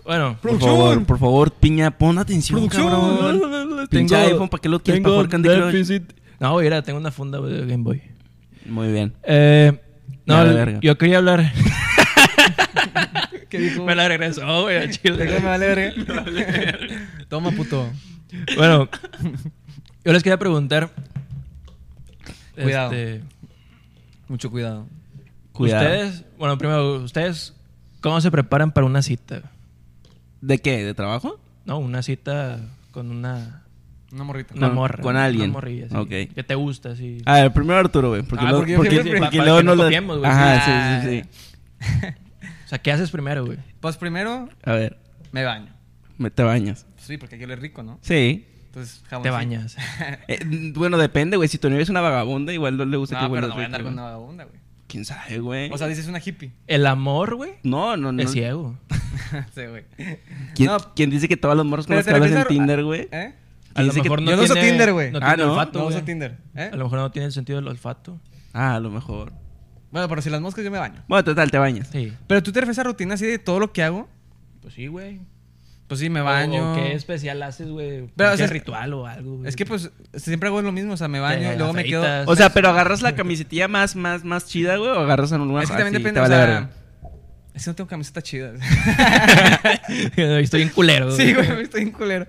D: Bueno,
B: Por
C: ¡Producción!
B: favor, por favor, Piña, pon atención, cabrón. Pinche iPhone, ¿para qué lo quieres? ¿Para jugar Candy Crush?
D: No, güey, era, tengo una funda güey, de Game Boy.
B: Muy bien.
D: Eh, no,
B: A la verga.
D: yo quería hablar.
C: ¿Qué dijo?
D: Me la regresó, güey, a
C: Te
D: Chile.
C: creo que me vale
B: (laughs)
C: verga. (laughs) Toma, puto.
D: Bueno, yo les quería preguntar.
C: Cuidado.
D: este,
C: Mucho cuidado.
B: Cuidado.
D: Ustedes, bueno, primero, ¿ustedes cómo se preparan para una cita?
B: ¿De qué? ¿De trabajo?
D: No, una cita con una,
C: Una morrita.
D: una
B: Con-
D: morra.
B: con alguien.
D: Una morrilla, sí,
B: Ok. Ah.
D: Que te gusta, sí.
B: A ver, primero Arturo, güey. Porque,
C: Ah,
B: luego-
C: porque yo
B: porque,
C: siempre-
B: porque
D: para-
B: luego
D: para que
B: no
D: no
B: lo...
D: copiemos, güey.
B: Ajá, sí, sí,
C: Ah.
B: sí.
D: O sea, ¿qué haces primero, güey?
C: Pues primero
B: A ver,
C: me baño.
B: me- te bañas.
C: Sí, porque yo le rico, ¿no?
B: Sí.
C: Entonces, jamón.
D: Te
C: (laughs)
D: bañas.
B: Eh, mm, bueno, depende, güey. Si tu novia es una vagabunda, igual no le gusta
C: No,
B: que
C: pero
B: huelas
C: no voy a
B: rico,
C: andar con
B: güey.
C: una vagabunda, güey.
B: ¿Quién sabe, güey?
C: O sea, dices una hippie. (laughs)
D: El amor, güey,
B: no, no, no.
D: es ciego.
C: sí, güey.
B: ¿Quién,
C: No,
B: quién dice que todos los morros con
C: pero
B: los
C: te
B: que hablas
C: refieres
B: en
C: a-
B: Tinder, güey?
C: ¿Eh?
D: A lo
B: dice que-
D: mejor no
C: Yo no uso
D: tiene,
C: Tinder, güey.
D: No
B: Ah,
D: tiene
B: ¿no?
D: olfato,
C: No uso
D: güey.
C: Tinder. ¿Eh?
D: A lo mejor no tiene el sentido del olfato.
B: Ah, a lo mejor.
C: Bueno, pero si las moscas yo me baño.
B: Bueno, total, te bañas.
D: Sí.
C: Pero tú te refieres a rutina así de todo lo que hago.
D: Pues sí, güey.
C: Pues sí, me
B: Oh,
D: O-
C: baño.
D: o ¿Qué especial haces, güey?
C: Pero,
D: ¿Qué
C: o sea,
D: ritual o algo, güey? (laughs)
C: Es que pues siempre hago lo mismo, o sea, me baño
D: Te
C: y luego me quedo.
D: afeitas.
B: O sea, pero agarras la camisetilla más, más, más chida, güey, o agarras en un lugar
C: Es que también
B: así, te
C: depende, o
B: vale
C: sea,
B: verga?
C: Es que no tengo camisetas chidas.
D: (laughs) Estoy en culero.
C: sí, güey, me estoy en culero.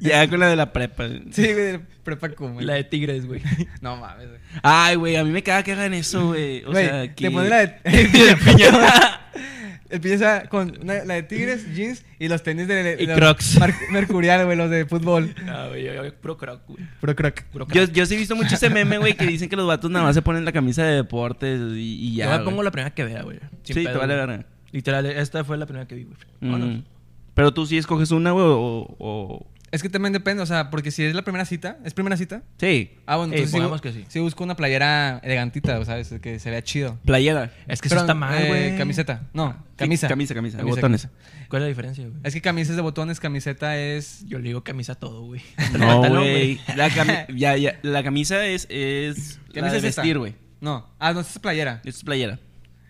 B: Ya con la de la prepa.
C: Sí, güey, de prepa como.
D: La de Tigres, (laughs) güey.
C: No mames, güey.
B: Ay, güey, a mí me caga que hagan eso, güey. O
C: Güey,
B: sea, que...
C: te
B: (laughs)
C: ponen la de. (laughs) El
D: (laughs)
C: Empieza con una- la de Tigres, jeans y los tenis de. de-
D: Y
C: de- (laughs)
D: Crocs.
C: Mar- Mercurial, güey, los de fútbol.
D: No, Ah, güey, yo, yo puro croc, güey.
C: Pro Croc.
D: Puro croc.
B: Yo, yo sí he visto mucho ese meme, güey, que dicen que los vatos nada más se ponen la camisa de deportes y, y
D: Yo
B: ya.
D: me
B: güey.
D: pongo la primera que vea, güey. Sin
B: Sí, te vale
D: güey.
B: verga.
D: Literal, esta fue la primera que vi, güey.
B: Mm.
D: Vámonos.
B: Pero tú sí escoges una, güey, o, o-
C: Es que también depende, o sea, porque si es la primera cita, ¿es primera cita?
B: Sí,
C: Ah, bueno,
D: Eh,
C: entonces sí,
D: pongamos
C: bu-
D: que sí.
C: sí busco una playera elegantita, ¿sabes? Que se vea chido.
B: playera.
D: Es que
C: Pero,
D: eso está mal,
C: eh,
D: güey.
C: camiseta. No, camisa.
B: Sí, camisa, camisa, botones.
D: ¿Cuál es la diferencia, güey?
C: Es que camisas de botones, camiseta es.
D: Yo le digo camisa a todo, güey.
B: (laughs) No,
D: Pantalón,
B: güey. La, (laughs) cami- ya, ya, la camisa es, es la
C: Camisa
B: de
C: es esta.
B: vestir, güey.
C: No. Ah, no, esta es playera.
B: Es playera.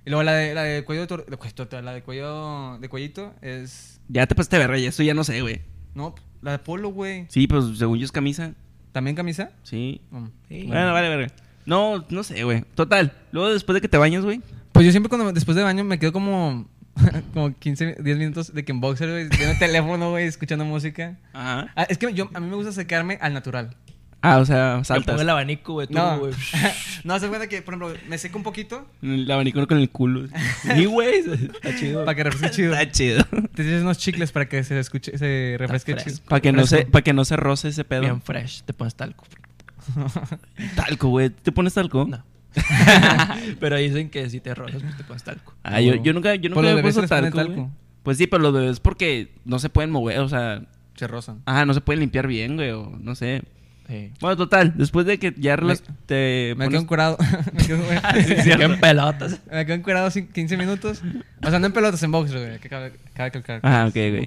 C: Y luego la de, la de cuello de tor- de cuello de tor- la de cuello de cuellito es.
B: Ya te pasaste verga, ya esto ya no sé, güey.
C: No, la de polo, güey.
B: Sí, pues según yo es camisa.
C: ¿También camisa?
B: Sí.
C: Mm.
D: Sí.
B: Bueno, vale, verga. No, no sé, güey. Total. Luego después de que te bañas, güey.
C: Pues yo siempre cuando después de baño me quedo como. (laughs) como 15, 10 minutos de que en boxer, güey, viendo el teléfono, güey, escuchando música.
B: Ajá.
C: Ah, es que yo, a mí me gusta secarme al natural.
B: Ah, o sea,
D: Yo pongo
B: saltas.
D: el abanico, güey. Tú,
C: No, (laughs)
D: güey.
C: no, se cuenta que, por ejemplo, me seco un poquito
B: El abanico con el culo. Sí, güey.
D: Está chido.
C: para que refresque
B: (laughs)
C: chido.
B: Está chido.
C: Te tienes unos chicles para que se escuche, se refresque
D: fresco.
C: chido.
B: Para que, no se,
C: Fresco.
B: para que no se roce ese pedo.
D: Bien fresh. Te pones talco.
B: Talco, güey. ¿Te pones talco?
D: No. pero dicen que si te rozas, pues te pones talco.
B: Ah, yo, yo nunca, yo
C: Pues
B: nunca
C: los
B: me he
C: bebés
B: puesto
C: se
B: talco.
C: les pone
B: güey.
C: talco.
B: Pues sí, pero los bebés porque no se pueden mover, o sea,
C: Se rozan.
B: ajá, no se pueden limpiar bien, güey, o no sé.
D: Sí.
B: Bueno, total, después de que ya relas-
C: Me-
B: te
C: Me quedo
B: pones-
C: encurado. (laughs) me quedo,
D: (laughs)
C: güey.
D: en pelotas.
C: Me quedo encurado cin- 15 minutos. O sea, no en pelotas, en boxers, güey. Que cabe, cabe calcar.
B: Ah, ok, güey.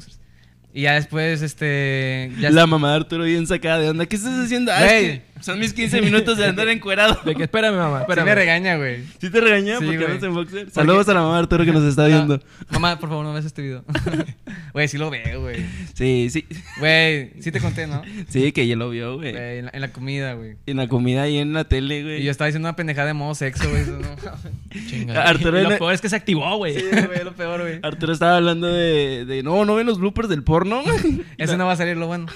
C: Y ya después, este. Ya
B: La mamá de Arturo bien sacada de onda. ¿Qué estás haciendo? Ah,
C: Güey.
B: es que son mis 15 minutos
C: (laughs)
B: de andar encuerado.
D: De que espérame, mamá.
C: sí
D: Espérame.
C: me regaña, güey.
B: (laughs) ¿Sí te regañó
C: Sí,
B: porque
C: güey.
B: andas en boxer?
C: Porque-
B: Saludos a la mamá de Arturo que nos está viendo.
C: No, mamá, por favor, no veas este video. (laughs) Güey, sí lo veo, güey.
B: Sí, sí.
C: Güey, sí te conté, ¿no?
B: Sí, que ya lo vio, güey.
C: Güey, en, la, en la comida, güey.
B: En la comida y en la tele, güey.
C: Y yo estaba diciendo una pendejada de modo sexo, güey. Eso, (laughs) ¿no?
D: Chinga.
B: Arturo
D: Y lo
B: en-
D: peor es que se activó, güey.
C: Ah, Sí, güey, lo peor, güey.
B: Arturo estaba hablando de, de, No, ¿no ven los bloopers del
C: (laughs)
B: porno?
C: Eso no va a salir lo bueno.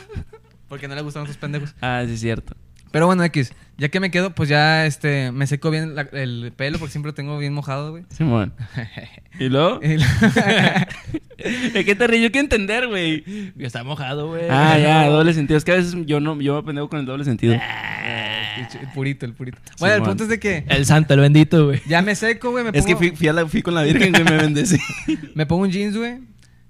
C: Porque no le gustan esos pendejos.
B: Ah, sí, es cierto.
C: Pero bueno, X. Ya que me quedo, pues ya este, me seco bien la- el pelo porque siempre lo tengo bien mojado, güey.
B: Simón.
C: (laughs)
B: ¿Y luego?
C: Y lo-
B: ¿De qué te ríes? Yo quiero entender, güey.
D: Ya Está mojado, güey.
B: Ah,
D: (laughs)
B: ya, doble sentido. Es que a veces yo no, yo me pendejo con el doble sentido.
C: el ch- el purito, el purito. Bueno, el
B: Simón.
C: punto es de que
D: El santo, el bendito, güey.
C: ya me seco, güey. Me pongo,
B: Es que fui, fui a la- fui con la Virgen, güey, me bendecí.
C: me pongo un jeans, güey.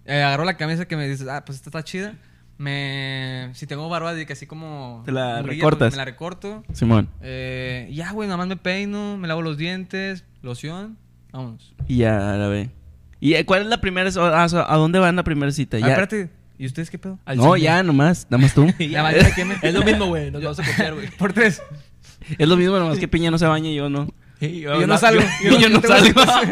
C: eh, agarro la camisa que me dices, ah, pues esta está chida. Me, si tengo barba, de que así como.
B: Te la
C: morrilla,
B: recortas.
C: pues, Me la recorto.
B: Simón.
C: Eh, ya, güey, nada más me peino, me lavo los dientes, loción. Vámonos.
B: Y ya, la ve. ¿Y eh, cuál es la primera? so- ah, so- ¿A dónde van la primera cita?
C: Ah,
B: Ya.
C: espérate. ¿Y ustedes qué pedo?
D: Al
B: no,
D: cine.
B: ya, nomás. Nada más tú.
C: Ya, vale, ya que me-
D: (laughs) Es lo mismo, güey. Nos vamos a copiar, güey.
C: (laughs) Por tres.
B: es lo mismo, nomás que Piña no se baña y yo no.
D: Sí,
C: Y yo no salgo.
B: yo- yo no
C: tengo
B: salgo.
C: citas.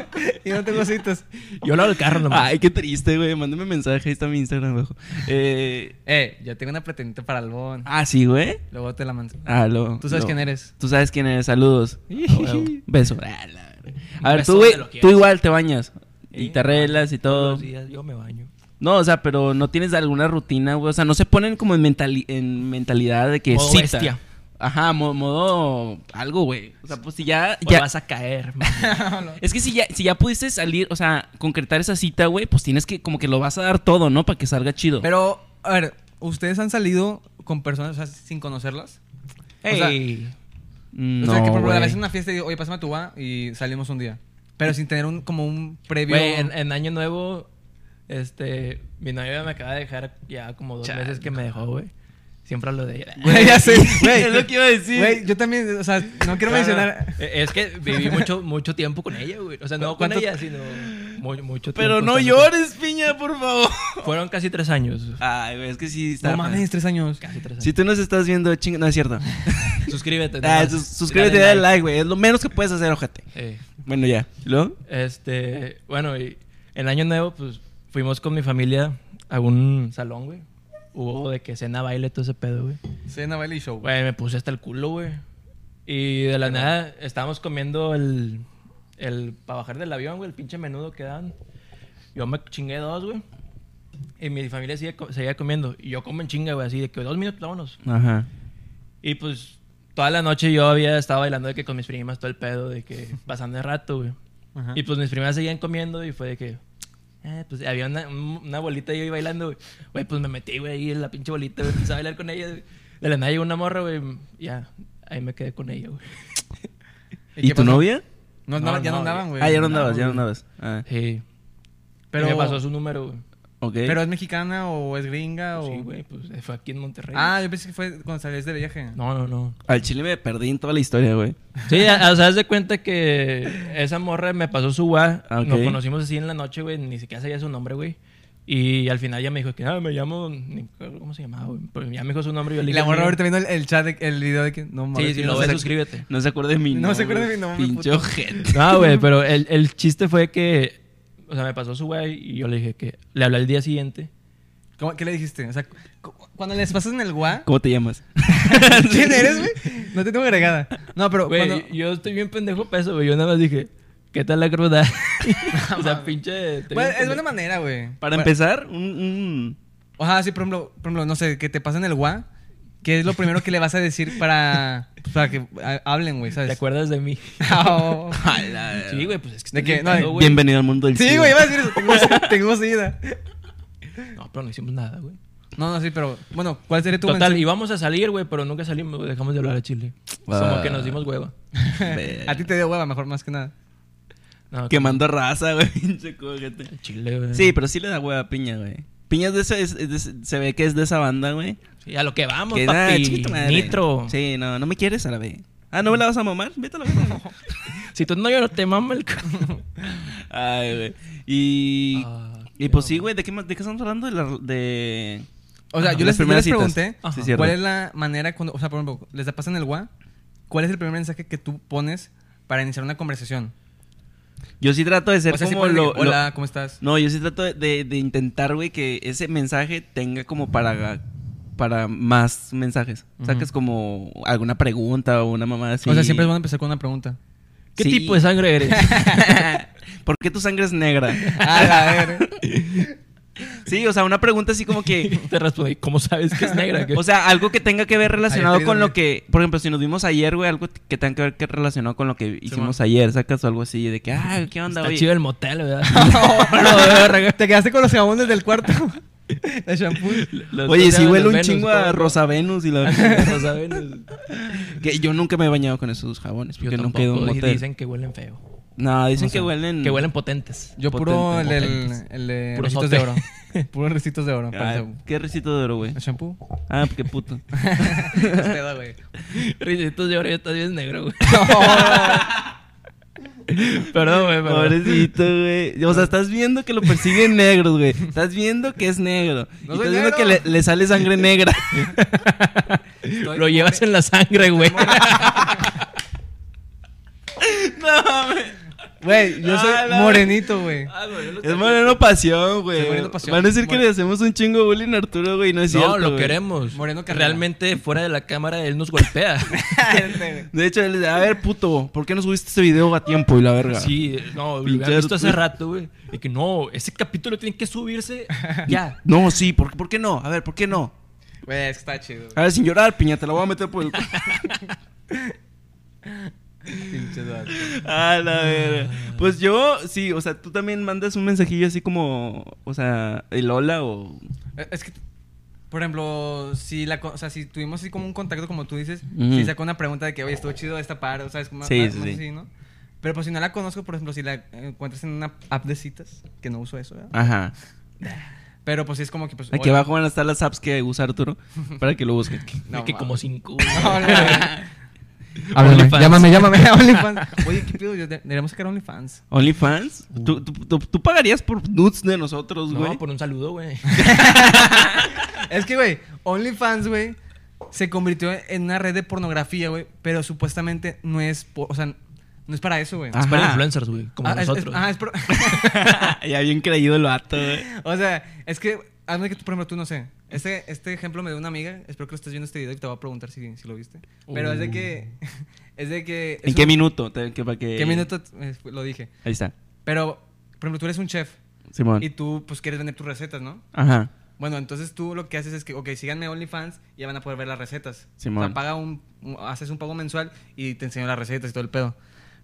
C: Yo no tengo citas.
D: Yo lo del carro nomás.
B: Ay, qué triste, güey. Mándame mensaje. Ahí está mi Instagram abajo. Eh,
C: Eh, ya tengo una pretendiente para el bon.
B: ah, sí, güey.
C: Luego te la mando.
B: Ah, lo,
C: Tú sabes
B: lo-
C: quién eres.
B: Tú sabes quién eres. Saludos.
D: huevo.
B: Beso. Ah, la verga. A ver,
D: Beso
B: tú, güey,
D: donde lo quieras.
B: tú igual te bañas. Y
D: Sí.
B: te arreglas y
D: Todos
B: todo.
D: los días yo me baño.
B: No, o sea, pero no tienes alguna rutina, güey. O sea, no se ponen como en, mentali- en mentalidad de que
D: Modo
B: cita.
D: bestia.
B: Ajá, mo- modo algo, güey. O sea, pues si ya...
D: Hoy
B: ya-
D: vas a caer,
B: Es que si ya, si ya pudiste salir, o sea, concretar esa cita, güey, pues tienes que como que lo vas a dar todo, ¿no? Para que salga chido.
C: Pero, a ver, ¿ustedes han salido con personas o sea, sin conocerlas? O sea,
B: Mm,
C: o sea, que por
B: no,
C: ejemplo, a
B: güey. (laughs)
C: veces en una (laughs) fiesta y digo, oye, pásame tu va y salimos un día. Pero sin tener un, como un previo.
D: Güey, en, en Año Nuevo, este, mi novia me acaba de dejar ya como dos
B: Chale.
D: meses que me dejó, güey. Siempre lo de
B: (laughs)
D: ella.
C: Güey, ya sé. Güey,
B: es lo que iba a decir.
C: Güey, yo también, o sea, no quiero mencionar.
D: E, Es que viví mucho, mucho tiempo con ella, güey. O sea, no con
C: ¿Cuánto-
D: ella, sino mu- mucho tiempo.
B: Pero no
D: estando-
B: llores, piña, por favor.
D: Fueron casi tres años.
B: (laughs) Ay, güey, es que sí está...
C: No mames, tres años.
D: Casi tres años.
B: Si tú nos estás viendo, chinga... No, es cierto.
D: Suscríbete.
B: Ah,
D: nomás.
B: sus- suscríbete y
D: Dale
B: dale like, güey. Es lo menos que puedes hacer, ojete.
D: Eh,
B: Bueno, ya. ¿Y luego?
D: este, bueno, y en Año Nuevo, pues, fuimos con mi familia a un salón, güey. Hubo de que cena, baile, todo ese pedo, güey.
C: Cena, baile y show.
D: Güey, me puse hasta el culo, güey. Y de la nada estábamos comiendo el. el para bajar del avión, güey, el pinche menudo que dan. Yo me chingué dos, güey. Y mi familia sigue co- seguía comiendo. Y yo como en chinga, güey, así de que dos minutos, vámonos.
B: Ajá.
D: Y pues toda la noche yo había estado bailando de que con mis primas todo el pedo, de que (laughs) pasando el rato, güey.
C: Ajá.
D: Y pues mis primas seguían comiendo y fue de que. eh, pues había una, un- una bolita y yo ahí bailando, güey. Güey, pues me metí, güey, ahí en la pinche bolita, güey. Empecé a bailar con ella. güey. De la nada llegó una morra, güey. Ya, ahí me quedé con ella, güey.
B: ¿Y,
C: qué
B: tu
C: pasó?
B: novia?
C: No,
D: No,
C: andaban- ya no
D: no,
C: andaban, güey.
B: ah, ya no andabas, ya no andabas. Ah,
D: Sí. Pero
C: Pero-
D: me pasó su número, güey.
B: ok.
C: ¿Pero es mexicana o es gringa o...?
D: Sí, güey, pues fue aquí en Monterrey.
C: Oh, Ah, yo pensé que fue cuando salías de viaje.
D: No, no, no.
B: Al chile me perdí en toda la historia, güey.
D: Sí, a- o sea, haz de cuenta que esa morra me pasó su gua.
B: Ah, ok.
D: Nos conocimos así en la noche, güey. Ni siquiera sabía su nombre, güey. Y al final ya me dijo que, ah, me llamo. ni me acuerdo ¿Cómo se llamaba, güey? Pero ya me dijo su nombre y yo le
C: Y
D: dije.
C: la morra
D: "Mira".
C: ahorita viendo el, el chat, de- el video de que... No,
D: Sí,
C: mames,
D: sí,
C: que
D: lo
C: no
D: ves,
C: sé-
D: suscríbete.
B: No se acuerda de mi nombre.
C: No se acuerda de mi nombre,
B: Pincho
C: puto.
B: gente.
D: (laughs) No, güey, pero el, el chiste fue que. O sea, me pasó su güey y yo le dije que. Le hablé al día siguiente.
C: ¿Cómo- ¿Qué le dijiste? O sea, cu- cuando les pasas en el
D: (laughs)
C: gua...
B: ¿Cómo te llamas?
C: (laughs) ¿Quién eres, güey? No te tengo agregada. No, pero
D: Güey,
C: cuando...
D: yo estoy bien pendejo para eso, güey. Yo nada más dije, ¿qué tal la cruda? (laughs) o sea, pinche. estoy
C: Bueno,
D: bien
C: es
D: pendejo.
C: buena manera, güey.
B: Para
C: Bueno,
B: empezar, un, un-
C: Ajá, sí, por ejemplo, por ejemplo, no sé, que te pasen el gua, que es lo primero que le vas a decir para, pues, para que ah, hablen, güey,
D: ¿Te
C: ¿sabes? (laughs)
D: acuerdas de mí?
C: Oh.
D: (laughs) Sí, güey, pues es que
C: ¿De
D: estoy
C: qué?
D: bien
C: No,
D: pedo, güey.
B: Bienvenido al mundo del
C: Sí,
B: SIDA.
C: güey, iba a decir eso. Tengo, tengo sida.
D: No, pero no hicimos nada, güey.
C: No, no, sí, pero bueno, ¿cuál sería tu
D: Total, íbamos a salir, güey, pero nunca salimos, güey. Dejamos de hablar a Chile.
B: Ah.
D: Como que nos dimos hueva. (laughs)
C: mensaje? (laughs) A ti te dio hueva, mejor más que nada.
D: No,
B: Quemando raza, güey. (laughs) Pinche cojete.
D: como Chile, güey.
B: Sí, pero sí le da hueva a Piña, güey. Piña es de esa- es- es de ese- se ve que es de esa banda, güey.
D: Sí, a lo que vamos,
B: Que nada,
D: papi.
B: chiquito, madre.
D: Nitro.
B: Sí, no, no me quieres a la vez. Ah, ¿no me la vas a mamar? Vete a la verga.
C: (laughs)
D: Si tú no, yo no te mamo el... c- (laughs)
B: Ay, güey. Y...
D: Ah,
B: y pues sí, güey, ¿de qué, más- ¿de qué estamos hablando? De... La, de...
C: O sea,
B: Ajá.
C: yo
B: Las
C: les, yo
B: primeras
C: les
B: citas.
C: pregunté
B: Ajá. Sí, cierto.
C: cuál es la manera cuando, o sea, por ejemplo, les da pasan el gua, ¿cuál es el primer mensaje que tú pones para iniciar una conversación?
B: Yo sí trato de ser
C: O sea, si
B: como
C: pones de
B: lo...
C: que,
B: lo-
C: hola, ¿cómo estás?
B: No, yo sí trato de, de- de intentar, güey, que ese mensaje tenga como para, para más mensajes. O sea, que es como alguna pregunta o una mamada así.
C: O sea, siempre van a empezar con una
B: (laughs)
C: pregunta. (laughs)
D: ¿Qué
B: Sí.
D: tipo de sangre eres?
B: (laughs)
D: (laughs)
B: ¿Por qué tu sangre es negra?
C: A
B: (laughs)
C: la ver.
B: Sí, o sea, una pregunta así como que...
D: te respondí, ¿cómo sabes que es negra?
B: O sea, algo que tenga que ver
C: Ayer
B: relacionado
C: te
B: con
C: digo,
B: lo que... Por ejemplo, si nos vimos ayer, güey, algo que tenga que ver que relacionado con lo que hicimos ayer. Sacas o algo así de que, ah, ¿qué onda,
D: Está
B: güey?
D: chido el motel, ¿verdad?
C: (laughs)
D: (laughs)
C: Te quedaste con los jabones
B: (laughs)
C: del cuarto. De shampoo.
D: Los-
B: Oye, sí
D: ¿cómo se llaman?
B: huele
D: Los
B: un
D: Venus,
B: chingo a
D: ¿cómo?
B: Rosa Venus y (laughs) la...
D: Rosa Venus.
B: que yo nunca me he bañado con esos jabones
D: Yo
B: porque no
D: tampoco,
B: quedo un
D: y
B: motel.
D: Dicen que huelen feo.
B: No, dicen
C: No sé.
B: que huelen...
D: Que huelen
C: (laughs)
D: potentes.
C: Yo puro el,
B: Potente.
C: el, el de
D: Puro
C: recitos
D: sote.
C: de oro.
B: (laughs)
C: Puro recitos de oro. para
B: Ah,
C: el
B: ¿Qué recito de oro, güey?
C: el shampoo.
B: (laughs) Ah, qué (laughs) puto.
C: Espera, güey.
D: Ricitos de ahora ya estás bien negro, güey.
B: (laughs)
D: Perdón, güey, perdón.
B: Pobrecito, güey. O sea, estás viendo que lo persiguen negros, güey. Estás viendo que es negro.
C: No
B: y
C: soy
B: estás viendo
C: negro.
B: que le, le sale sangre (laughs) negra.
D: Lo llevas en la sangre, güey. (laughs)
C: Güey, yo soy
B: Ah, la-
C: morenito, güey.
B: es moreno pasión, güey.
C: Es moreno pasión.
B: Van a decir que
C: More-
B: le hacemos un chingo bullying a Arturo, güey. No es cierto.
D: No, lo
B: güey.
D: queremos.
C: Moreno Carrera.
D: Realmente fuera de la cámara él nos golpea.
B: Ah, De hecho, él dice, a ver, puto, ¿por qué no subiste este video a tiempo y la verga?
D: Sí, no, lo
B: Pinche
D: había visto hace
B: Arturo.
D: rato, güey. Y que no, ese capítulo tiene que subirse ya.
B: No, sí, ¿por qué, ¿por qué no? A ver, ¿por qué no?
C: (laughs) Güey, es que está chido. güey.
B: A ver, sin llorar, piña, te la voy a meter
D: (laughs)
B: por el.
C: Pinche vato.
B: A Ah, la verga. Pues yo, sí, o sea, tú también mandas un mensajillo así como, o sea, el hola o.
C: Eh, Es que, por ejemplo, si la, co- o sea, si tuvimos así como un contacto, como tú dices,
B: Ujú.
C: si sacó una pregunta de que, oye, estuvo chido esta par, o sabes, como,
B: Sí,
C: más-
B: sí,
C: más
B: sí.
C: así, ¿no? Pero pues si no la conozco, por ejemplo, si la encuentras en una app de citas, que no uso eso, ¿verdad?
B: Ajá.
C: Pero pues sí es como que, pues...
B: Aquí
C: oye,
B: abajo van a estar las apps que usa Arturo para que lo
D: (laughs)
B: busquen.
C: No,
D: de que
C: mames.
D: como cinco.
C: (laughs) No,
B: (laughs)
C: no, no.
D: Háblame, OnlyFans. llámame,
C: llámame a (laughs) OnlyFans. Oye, ¿qué pido? Yo- de- Deberíamos sacar OnlyFans. (laughs)
B: ¿OnlyFans? ¿Tú, tú, tú- tú pagarías por nudes de nosotros,
D: Uh. No,
B: güey?
D: por un saludo, güey.
C: Es que, güey, OnlyFans, güey, se convirtió en una red de pornografía, güey, pero supuestamente no es, por- o sea, no es para eso, güey.
B: Ah,
D: Es para
B: Ajá.
D: influencers, güey, como
C: Ah, es- es-
D: nosotros.
C: ah, es por-
B: (laughs) ya bien creído el vato, güey.
C: (laughs) o sea, es que, hazme que tú, por ejemplo, tú no sé. Este, este ejemplo me dio una amiga, espero que lo estés viendo este video y te voy a preguntar si, si lo viste. Pero es de que,
D: Uh.
C: (laughs) es de que...
B: ¿En
C: es
B: qué
C: un-
B: minuto? Te- que- para que-
C: ¿Qué minuto eh, lo dije?
B: Ahí está.
C: Pero, por ejemplo, tú eres un chef.
B: Simón.
C: Y tú, pues, quieres vender tus recetas, ¿no?
B: Ajá.
C: Bueno, entonces tú lo que haces es que, ok, síganme OnlyFans y ya van a poder ver las recetas.
B: Simón.
C: O sea, paga un, un- haces un pago mensual y te enseño las recetas y todo el pedo.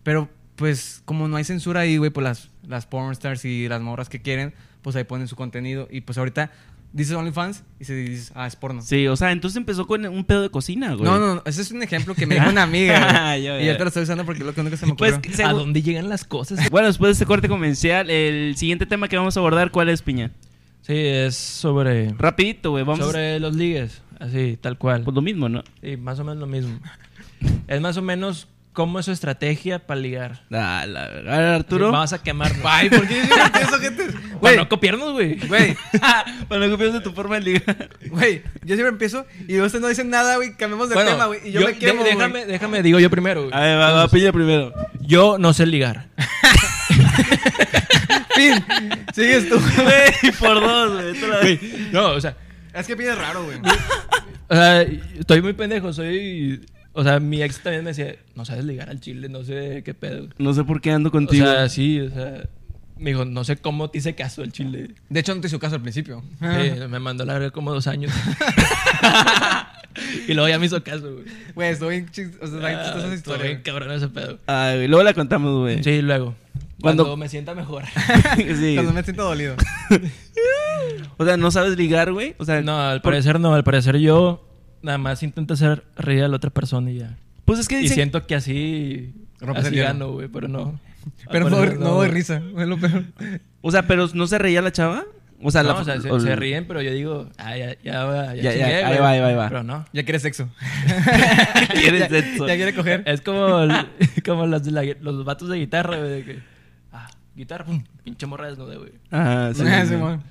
C: Pero, pues, como no hay censura ahí, güey, pues las, las pornstars y las morras que quieren, pues ahí ponen su contenido. Y pues ahorita dices OnlyFans y se dices, ah, es porno.
B: Sí, o sea, entonces empezó con un pedo de cocina, güey. Ah,
C: No, no, no, ese es un ejemplo que me dijo
B: (laughs)
C: una amiga. güey.
B: Ya, ya.
C: y yo te lo estoy usando porque es lo que nunca se me
B: Pues,
C: ocurrió.
B: que-
D: ¿A
B: segu-
D: dónde llegan las cosas?
B: Bueno, después de este corte comercial, el siguiente tema que vamos a abordar, ¿cuál es, Piña?
D: Sí, es sobre...
B: Rapidito, güey, vamos.
D: sobre los ligues. Así, tal cual.
B: Pues lo mismo, ¿no?
D: Sí, más o menos lo mismo. es más o menos cómo es su estrategia para ligar.
B: Ah, la verdad. A ver, Arturo.
D: Vamos a quemarnos.
C: Ay, ¿por qué yo eso, gente?
D: Para
C: Güey,
D: no copiarnos, güey.
C: güey,
B: (laughs) Para no copiarse tu forma de ligar.
C: güey, yo siempre empiezo y ustedes no dicen nada, güey, cambiamos
D: (laughs)
C: de
D: Bueno,
C: tema, güey, y yo, me
D: de-
C: quemo, güey.
D: déjame, déjame, digo yo primero. güey.
B: A ver, va, va,
D: Entonces,
B: Piña primero.
D: yo no sé ligar.
C: Fin.
B: (laughs)
C: Sigues tú.
B: Güey, por dos, güey. esto la-
D: (laughs) No, o sea,
C: Es que pides raro, güey.
D: o sea, estoy muy pendejo. Soy. O sea, mi ex también me decía, no sabes ligar al chile, no sé qué pedo.
B: No sé por qué ando
D: O
B: contigo.
D: sea, sí, o sea. Me dijo, no sé cómo te hice caso al chile.
C: De hecho, no te hizo caso al principio.
D: Sí, me mandó a la verga como dos
C: (laughs)
D: años. y luego ya me hizo caso, güey.
C: Güey, estoy bien chis- O sea, están
D: Ah,
C: chistosas
D: estuvo bien
C: historias.
D: cabrón ese pedo.
B: Ay, güey, luego la contamos, güey.
D: Sí, luego.
B: Cuando-
D: Cuando, me sienta mejor.
B: (laughs) Sí.
C: Cuando me siento dolido.
B: O sea, no sabes ligar, güey. O sea,
D: no, al parecer no. Al parecer yo nada más intento hacer reír a la otra persona y ya.
B: Pues es que
D: Y
B: dicen.
D: siento que así,
C: Rompes
D: así
C: el hielo.
D: gano, güey, pero no. Al
C: (laughs) (laughs) Pero no,
D: parecer
C: no doy
D: güey.
C: risa. Es lo peor.
B: O sea, pero no se reía la chava. O sea,
D: No,
B: la.
D: o sea, se,
B: o-
D: se ríen, pero yo digo, ah, ya, ya, va,
B: Ya,
D: ya,
B: ya,
D: chingué,
B: ahí
D: güey.
B: va, ahí va, ahí va.
D: Pero no.
C: (laughs) Ya quieres (laughs) sexo.
B: Quieres
C: ya,
B: sexo.
C: Ya quiere coger.
D: Es como, el- (laughs) como los, de la gui- los vatos de guitarra, güey, de que, ah, guitarra, pum, pinche morra desnuda, güey. (laughs)
B: Ajá, sí,
C: (laughs) Ah,
B: sí, sí.
C: Simón.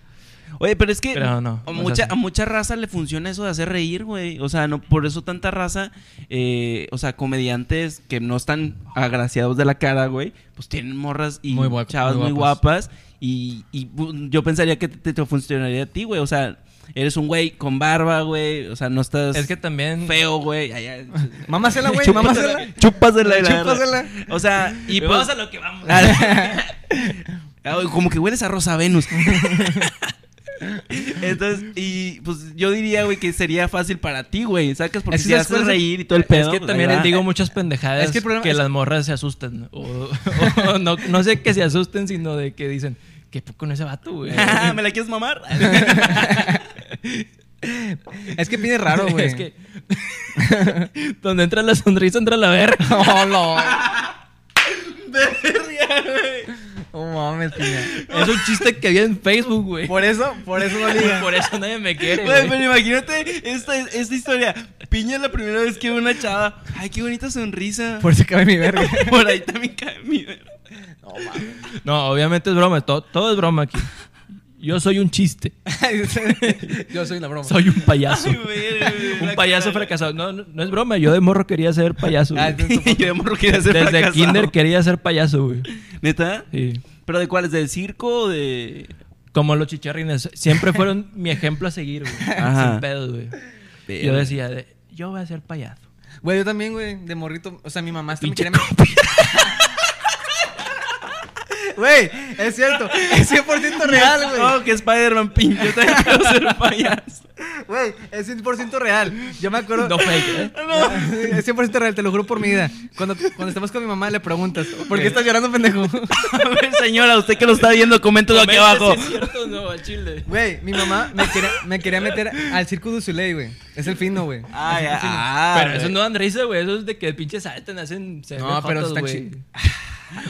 B: Oye, pero es que
D: Pero no,
B: a,
D: no se
B: mucha,
D: hace.
B: a mucha raza le funciona eso de hacer reír, güey. O sea, no por eso tanta raza, eh, o sea, comediantes que no están agraciados de la cara, güey, pues tienen morras y
C: Muy guap-
B: chavas
C: muy
B: muy
C: guapas.
B: guapas. y, y bu- yo pensaría que te, te funcionaría a ti, güey. O sea, eres un güey con barba, güey. O sea, no estás
D: Es que también...
B: feo, güey. Ay, ay,
D: (laughs)
C: Mámasela, (laughs) güey. Mámasela.
B: Chúpasela. Chúpasela. y la verdad.
C: Chúpasela.
B: O sea, y
D: Y
B: pues-
D: vamos a lo que vamos.
B: (laughs) Ah, Como que hueles a Rosa Venus. (laughs) Entonces, y pues yo diría, güey, que sería fácil para ti, güey. Sacas porque
C: Es que
B: si
C: esas
B: haces
C: cosas-
B: reír y todo el
D: Es
B: pedo.
D: que
B: pues,
D: también
B: ahí
D: les
B: va. (laughs)
D: digo muchas pendejadas
C: Es que
D: que,
C: el problema es-
D: las morras se asustan. O, o no, no sé que se asusten, sino de que dicen, ¿qué poco con ese vato, güey?
B: Ah, ¿Me la quieres mamar?
C: (laughs) Es que pides (laughs) raro, güey.
D: Es que (laughs) donde entra la sonrisa, entra la verga.
C: Oh, no. Oh, mames, piña.
D: Es un chiste que había en Facebook, güey.
C: Por eso, por eso no liga.
D: Por eso nadie me quiere,
B: Güey,
D: güey.
B: pero imagínate esta, esta historia. Piña es la primera vez que ve una chava. Ay, qué bonita sonrisa.
C: Por eso cabe mi verga.
B: (laughs)
C: (laughs)
B: Por ahí también cae mi...
D: No, obviamente es broma. Todo, todo es broma aquí. Yo soy un chiste.
C: Yo soy la broma.
D: Soy un payaso.
B: Ay, güey, güey, la
D: Un payaso
B: cara.
D: fracasado. No, no, no es broma. Yo de morro quería ser payaso. güey.
C: Ah, entonces-
B: (laughs) Yo de morro quería ser
D: Desde
B: fracasado.
D: kinder quería ser payaso, güey.
B: ¿Neta?
D: Sí.
B: ¿Pero de cuáles? ¿Del circo o de...?
D: Como los chicharrines. Siempre fueron mi ejemplo a seguir, güey.
B: Ajá.
D: Sin pedos, güey.
B: Verga.
D: Yo decía, de, yo voy a ser payaso.
C: Güey, yo también, güey, de morrito. O sea, mi mamá hasta me
D: Pinche
C: quería. (laughs) Güey, es cierto. Es 100% real, güey.
B: No, Oh, que Spider-Man pinche. Yo también quiero ser payaso.
C: Güey, es 100% real. Yo me acuerdo.
D: No fake, ¿eh?
C: (laughs) Es 100% real, te lo juro por mi vida. Cuando, cuando estamos con mi mamá le preguntas, ¿por qué estás llorando,
B: (laughs)
C: pendejo? (laughs)
B: A ver, señora, usted que (laughs) lo está viendo, coméntelo aquí abajo.
D: Si es cierto o no, al chile.
C: Güey, mi mamá me quería, me quería meter al Circo du Soleil, güey. Es el fino, güey.
B: Ay, ah,
D: Pero eso no dan risa, güey. Eso es de que pinche saltan, hacen. se
C: No,
D: ven
C: pero
D: jotos,
C: están
D: güey.
C: chi-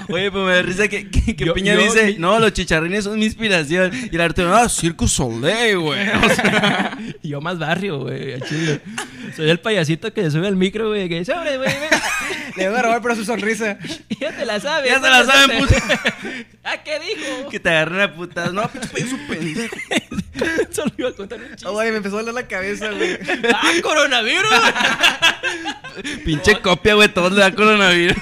B: Oye, pues me da risa que, que, que
D: Yo-
B: Piña
D: yo-
B: dice,
D: mi-
B: no, los chicharrines son mi inspiración. Y el Arturo, ah, Circo Soleil, güey. (laughs) O sea,
D: (laughs) Yo más barrio, güey, al chile. Soy el payasito que se sube al micro, güey. Que sobre, güey. ven". (laughs)
C: Le voy a robar, pero su sonrisa.
D: Ya te la sabes.
B: Ya se la saben, puta.
D: (laughs) ¿A qué dijo?
B: que te agarren a putas. No, pinche payaso pendejo.
D: Solo iba a contar un chiste.
C: Oh, güey, me empezó a doler la cabeza, güey.
D: ¡Ah,
B: (laughs)
D: coronavirus!
B: (laughs) Pinche copia, güey, todos le da coronavirus.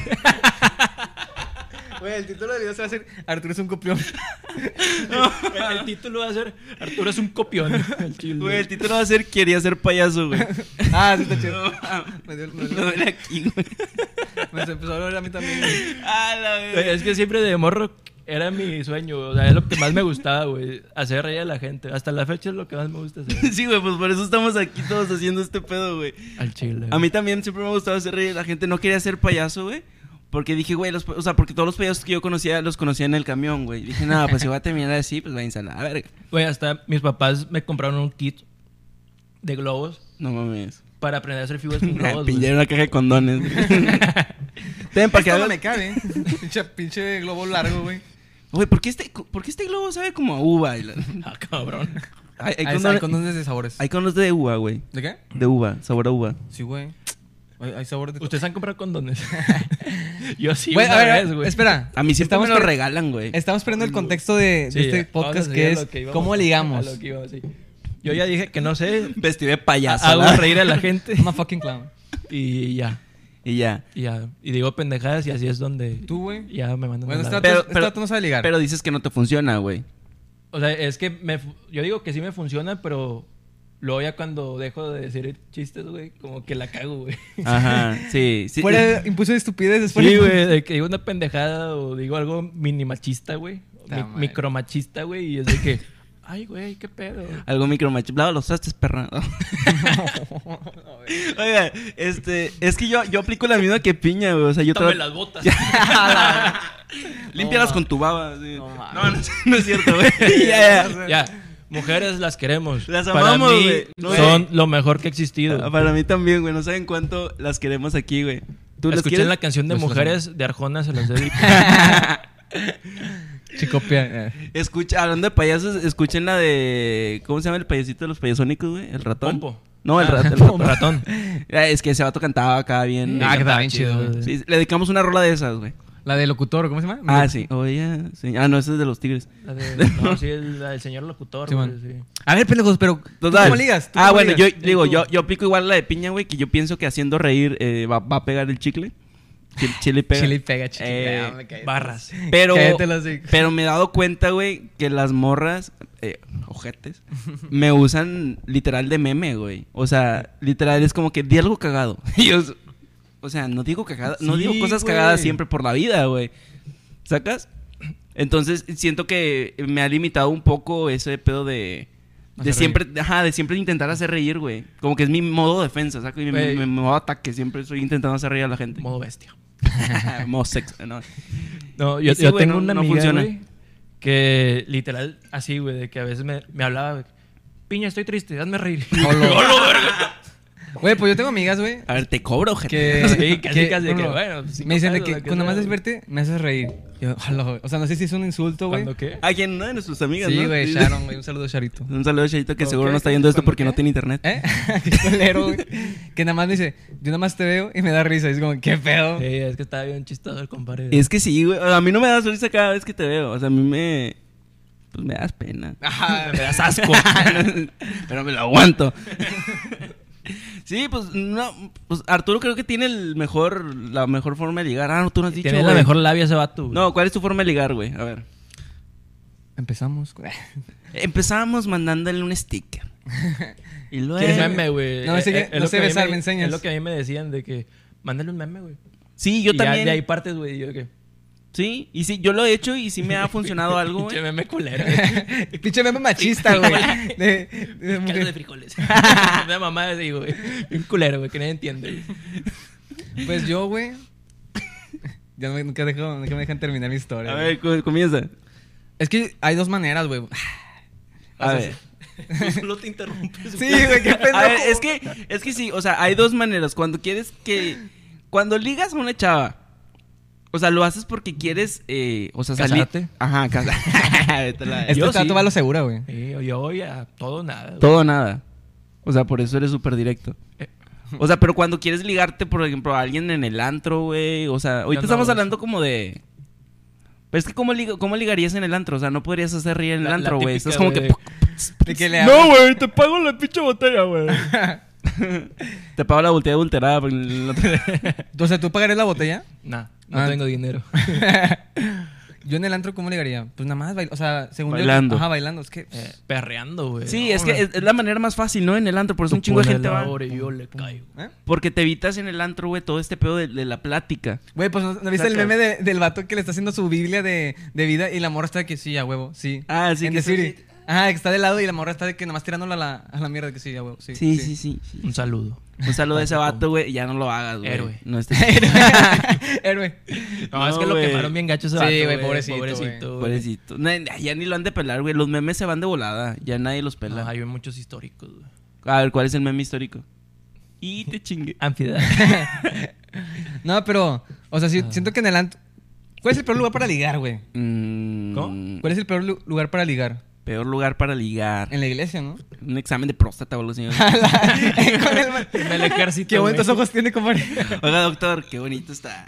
C: Güey, el título del video se va a hacer Arturo es un copión.
D: el, el título va a ser Arturo es un copión. (laughs) Al
B: (laughs)
D: chile.
B: Güey, el título va a ser, quería ser payaso, (laughs) güey.
C: (laughs) Ah, sí, está chido.
B: No, mames.
C: Me, dio- me
B: (laughs) Me
C: dio-
B: duele aquí, güey. (laughs)
C: me empezó a doler a mí también. güey.
B: A la verga.
D: Güey, Es que siempre de morro Era mi sueño, o sea, es lo que más me gustaba, güey. Hacer reír a la gente. Hasta la fecha es lo que más me
B: (laughs)
D: gusta hacer.
B: Sí, güey, pues por eso estamos aquí todos haciendo este pedo, güey.
D: Al chile.
B: A mí también siempre me ha gustado hacer reír a la gente. No quería ser payaso, güey. Porque dije, güey, los pa- o sea, porque todos los payasos que yo conocía los conocía en el camión, güey. Dije, nada, pues si va a terminar así, pues va a instalar. A ver,
D: Güey, hasta mis papás me compraron un kit de globos
B: no mames.
D: para aprender a hacer
C: (laughs)
D: figuras con globos. güey.
B: Pillé una caja de condones. Ten, para que
C: Esto no
B: hagas-
C: me cabe. pinche, pinche globo largo, güey.
B: Güey, ¿por qué este, por qué este globo sabe como a uva? Y la-
D: Ah, cabrón.
B: Hay, hay
C: Ahí está, Ah, Hay
B: condones,
C: condones de sabores.
B: hay condones de uva, güey.
C: ¿De qué?
B: De uva, sabor a uva.
C: Sí, güey. Hay, hay sabores de...
D: Ustedes han comprado
C: (laughs)
D: condones. Yo sí,
C: Güey, a
D: una
C: ver,
D: vez, güey.
C: espera.
B: A mí siempre
C: Estamos
B: me lo
C: per-
B: regalan, güey.
C: Estamos perdiendo el contexto de, de
D: Sí,
C: este
D: ya. Vamos a
C: podcast
D: seguir
C: que
D: a
C: es
D: lo que íbamos,
C: cómo ligamos.
D: a lo que íbamos, sí. Yo ya dije que no sé.
B: Vestido de payaso.
D: Hago
B: ¿verdad?
D: reír a la
C: (laughs)
D: gente
C: I'm a fucking clown.
D: y ya.
B: Y ya.
D: Y ya. Y digo pendejadas y así es donde
C: Tú, güey.
D: ya me mandan
C: Bueno,
D: a la verga.
C: este
B: Pero-
C: dato este
B: pero-
C: dato no sabe ligar.
B: Pero dices que no te funciona, güey.
D: O sea, es que me fu- yo digo que sí me funciona, pero luego ya cuando dejo de decir chistes, güey, como que la cago, güey.
B: Ajá, sí, eh. sí. (laughs)
C: Fuera de impulso de estupidez, es fuera
D: Sí,
C: de-
D: güey, de que digo una pendejada o digo algo minimachista, güey. o
C: Ta
D: mi-
C: madre.
D: micromachista, güey, y es de que, (laughs) ay, güey, qué pedo.
B: Algo micromachiplado, los trastes, perra. (laughs) Oiga, este, es que yo, yo aplico la misma que piña, güey. O sea, yo
D: Quítame
B: tra-
D: las botas.
B: Límpialas
C: No,
B: con tu baba. sí.
C: No,
B: No,
C: mames.
B: no, (laughs) es- no es cierto, güey. Ya, ya.
D: (laughs) ya, mujeres las
B: (laughs)
D: queremos.
B: Las
D: Para
B: amamos,
D: mí
B: güey. No,
D: son lo mejor que ha existido.
B: Para mí también, güey. (laughs) No saben cuánto las queremos aquí, güey. ¿Tú las
D: Escuché
B: quieres?
D: la canción de
C: Pues las
D: Mujeres de Arjona, se
B: (laughs)
D: las dedico.
C: Chicopia.
B: Ah,
C: eh.
B: Escucha, hablando de payasos, escuchen la de. ¿Cómo se llama el payasito de los payasónicos, güey? El ratón.
D: Pompo.
B: No, el,
D: Ah,
C: (laughs)
B: ratón.
D: Pompo. Ratón.
B: (laughs) Ah, Es que ese vato cantaba acá bien.
C: Ah, que estaba bien
D: chido,
C: chido.
D: güey.
B: Sí, le dedicamos una rola de esas, güey.
C: La de locutor, ¿cómo se llama?
B: Ah, sí. Oye, sí. Ah, no, ese es de los tigres.
D: La de- no, sí, el, la del señor locutor.
C: Simón.
D: güey, sí.
C: A ver, pendejos, pero. ¿tú
B: Total.
C: ¿Cómo ligas? ¿Tú
B: Ah,
C: cómo
B: bueno,
C: ligas?
B: yo
C: (laughs)
B: digo, yo, yo aplico igual la de piña, güey, que yo pienso que haciendo reír eh, va, va a pegar el chicle. Chile, chile pega.
C: Chile y pega, chile.
B: Eh,
C: Ah, me caí.
D: Barras. (laughs)
B: Pero,
C: Cállate el hocico.
B: pero me he dado cuenta, güey, que las morras, eh, ojetes, me usan literal de meme, güey. O sea, literal es como que di algo cagado. (laughs) Y yo, o sea, no digo cagada, no
D: Sí,
B: digo cosas
D: güey.
B: cagadas siempre por la vida, güey. ¿Sacas? Entonces siento que me ha limitado un poco ese pedo de. De
C: Hacer
B: siempre, ajá, de siempre intentar hacer reír, güey. Como que es mi modo de defensa, ¿sacas? Y mi-
D: Güey.
B: mi modo de ataque, siempre estoy intentando hacer reír a la gente. (laughs)
D: Modo bestia.
B: modo sexo, no.
D: No, yo,
B: Y sí,
D: yo
B: güey,
D: tengo
B: no-
D: una
B: no
D: amiga,
B: funciona.
D: güey, que literal, así, güey, de que a veces me, me hablaba, güey, piña, estoy triste, hazme reír.
B: (laughs)
D: (laughs)
C: Hola. Güey, pues yo tengo amigas, güey.
B: A ver, te cobro, gente.
C: Que,
D: Ah, Sí, casi, casi,
C: no,
D: que
C: no.
D: bueno, cinco
C: Me dicen de
D: pesos, lo
C: que
D: que
C: cuando
D: sea,
C: más
D: güey.
C: desverte, me haces reír. Yo, "Hola, güey". o sea, no sé si es un insulto, güey.
D: ¿Cuándo qué?
B: A quien una de nuestras amigas,
C: Sí,
B: Ah, ¿no? (laughs)
C: güey, Sharon, güey. Un saludo, Charito.
B: Un saludo, Chayito, que
C: Ok,
B: seguro no está viendo esto
C: ¿cuándo
B: porque no
C: qué?
B: tiene internet.
C: ¿Eh? (laughs) qué culero, güey. Que nada más me dice, yo nada más te veo y me da risa. Y es como, qué pedo.
D: Sí, es que estaba bien chistoso el compadre.
B: Es que sí, güey. A mí no me das risa cada vez que te veo. O sea, a mí me. Pues me das pena.
C: Ajá,
D: Ah, (laughs) Me das asco.
B: (laughs) Pero me lo aguanto. (laughs) sí, pues no. Pues Arturo creo que tiene el mejor, la mejor forma de ligar. Ah, no, tú no has dicho.
D: Tiene la
B: güey.
D: mejor labia ese vato. güey.
B: No, ¿cuál es tu forma de ligar, güey? A ver.
D: (laughs)
C: Empezamos. güey.
B: Empezamos mandándole un sticker. Y luego.
D: ¿Quieres meme, güey?
C: No, ese
D: Eh,
C: que-
D: eh, es
C: no
D: lo
C: sé
D: que a mí
C: besar,
D: me-
C: me enseñas.
D: Es lo que a mí me decían de que, mándale un meme, güey.
B: Sí, yo
D: Y ya
B: también.
D: de ahí partes, güey, y yo de que...
B: Sí, y sí, yo lo he hecho y sí me ha
D: (laughs)
B: funcionado algo, güey.
D: Pinche meme
B: (laughs)
D: culero.
C: Pinche meme machista, güey. De- de-
D: (laughs) Caldo de
C: de-
D: frijoles.
B: (laughs)
D: (laughs) Una mamá así, güey. Un culero, güey, que nadie entiende. güey.
C: Pues yo, güey. (laughs) Ya no me- nunca, dejo, nunca me dejan terminar mi historia.
B: A
C: güey.
B: ver, cu- comienza.
C: Es que hay dos
B: (laughs)
C: maneras, güey.
B: A ver.
D: Tú
B: (laughs)
D: Solo te interrumpes.
C: Sí, güey, (laughs) qué pendejo.
B: A ver, es que, es que sí, o sea, hay dos maneras. Cuando quieres que. Cuando ligas a una chava, o sea, lo haces porque quieres, eh, o sea, salir.
D: Casarte.
B: Ajá, (laughs) casarte.
C: Este
D: yo
C: trato
D: sí.
C: va a lo segura,
B: (laughs)
C: güey.
D: Sí, o yo voy a todo nada. güey.
B: Todo o nada. O sea, por eso eres súper directo.
C: Eh.
B: O sea, pero cuando quieres ligarte, por ejemplo, a alguien en el antro, güey. O sea, ahorita
D: no,
B: estamos
D: güey.
B: hablando como de. Pero es que, ¿cómo, lig- ¿cómo ligarías en el antro? O sea, no podrías hacer reír en el
D: La- la
B: antro, güey.
D: típica,
B: Estás como
D: güey,
B: que. (laughs)
C: De que le
B: No,
C: hago-
B: güey, te pago la pinche botella,
D: (laughs)
B: güey. te pago la botella adulterada. porque no te-
D: (laughs)
C: O sea, ¿tú pagaré la botella?
B: (laughs)
D: Nah, no
C: Ah.
D: tengo dinero.
C: Yo en el antro, ¿cómo ligaría? Pues nada más, bail- o sea, según yo-
B: Bailando.
C: ajá, bailando. Es que.
D: Eh, perreando, güey.
B: Sí,
D: No,
B: es que
D: güey.
B: es, es la manera más fácil, ¿no? En el antro, por eso un chingo de
D: Ponele
B: gente va.
D: ahora y yo le caigo.
C: ¿eh?
B: Porque te evitas en el antro, güey, todo este pedo de, de la plática.
C: Güey, pues ¿no, no viste el
B: Saca.
C: meme de- del vato que le está haciendo su Biblia de, de vida y la morra está de que sí, a huevo, sí.
B: Ah, sí,
C: en
B: que
C: The
B: sí,
C: City.
B: sí.
C: Ajá, que está de lado y la morra está de que nomás tirándola a la, a la mierda que sí, a huevo, sí.
B: Sí, sí, sí. sí.
D: Un saludo.
B: Un saludo a ese vato, güey. Ya no lo hagas, güey.
D: (laughs) Héroe.
B: No estés-
C: (laughs) Héroe.
D: No,
B: No,
D: es que lo
B: güey.
D: quemaron bien gacho ese
C: Sí,
D: vato,
C: güey, pobrecito,
D: Pobrecito, güey.
B: Pobrecito. Na- na- Ya ni lo han de pelar, güey. Los memes se van de volada. Ya nadie los pela.
D: No, hay muchos históricos, güey.
B: A ver, ¿cuál es el meme histórico? Y te
D: (laughs)
B: chingue.
D: Ansiedad.
C: No, pero, o sea, sí,
B: Ah.
C: siento que en el antro. ¿Cuál es el peor lugar para ligar, güey?
B: ¿Cómo?
D: ¿Cómo? Eh.
C: ¿Cuál es el peor lu- lugar para ligar?
B: Mm, Peor lugar para ligar.
C: En la iglesia, (laughs) ¿no?
B: Un examen de próstata o algo
D: (laughs)
B: así.
C: Con el ma-
D: En el ejército,
C: Qué bonitos
D: güey.
C: ojos tiene, compadre.
B: Oiga, doctor, qué bonito está.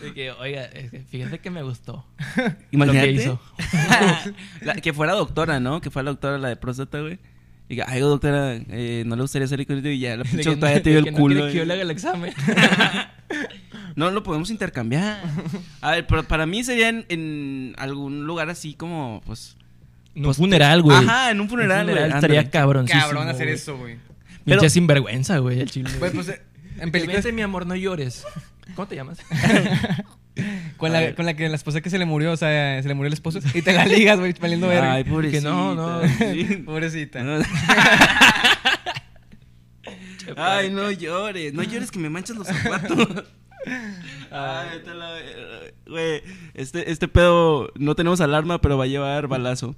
D: De que, oiga, es que fíjate que
B: (laughs)
D: me gustó.
B: Imagínate.
D: Lo que (laughs) hizo.
B: La- que fuera doctora, ¿no? Que fuera doctora la de próstata, güey. Y Diga, ay, doctora, eh, no le gustaría salir contigo y ya la
D: (laughs) De
B: pinche
D: que
B: doctora
D: no-
B: ya te dio
D: de
B: el
D: que no quiere
B: culo.
D: que yo
B: eh.
D: le haga
B: (laughs)
D: el examen.
B: No lo podemos intercambiar. A ver, pero para mí sería en, en algún lugar así como, pues.
D: En un funeral, güey.
B: Ajá, en un funeral,
D: Un
B: güey.
D: estaría
B: Ándale.
D: cabrón.
C: Cabrón hacer eso, güey.
D: Pinche
B: Pero-
D: sinvergüenza, güey, el chile.
C: (laughs) Güey, pues eh, en
D: Que
C: películas
D: vente, mi amor, no
C: (laughs)
D: llores. ¿Cómo te llamas?
C: con
B: a
C: la,
B: ver.
C: con la que la esposa que se le murió, o sea, se le murió el esposo y te la ligas, güey, valiendo
B: (laughs)
C: verga.
B: Ay, pobrecita.
D: Que no, no. (laughs)
B: Sí. (laughs)
C: Pobrecita.
B: No. Ay, no llores. No llores que me manchas los
D: (laughs)
B: zapatos. Ay, te la- eh, Güey, este, este pedo no tenemos alarma, pero va a llevar balazo.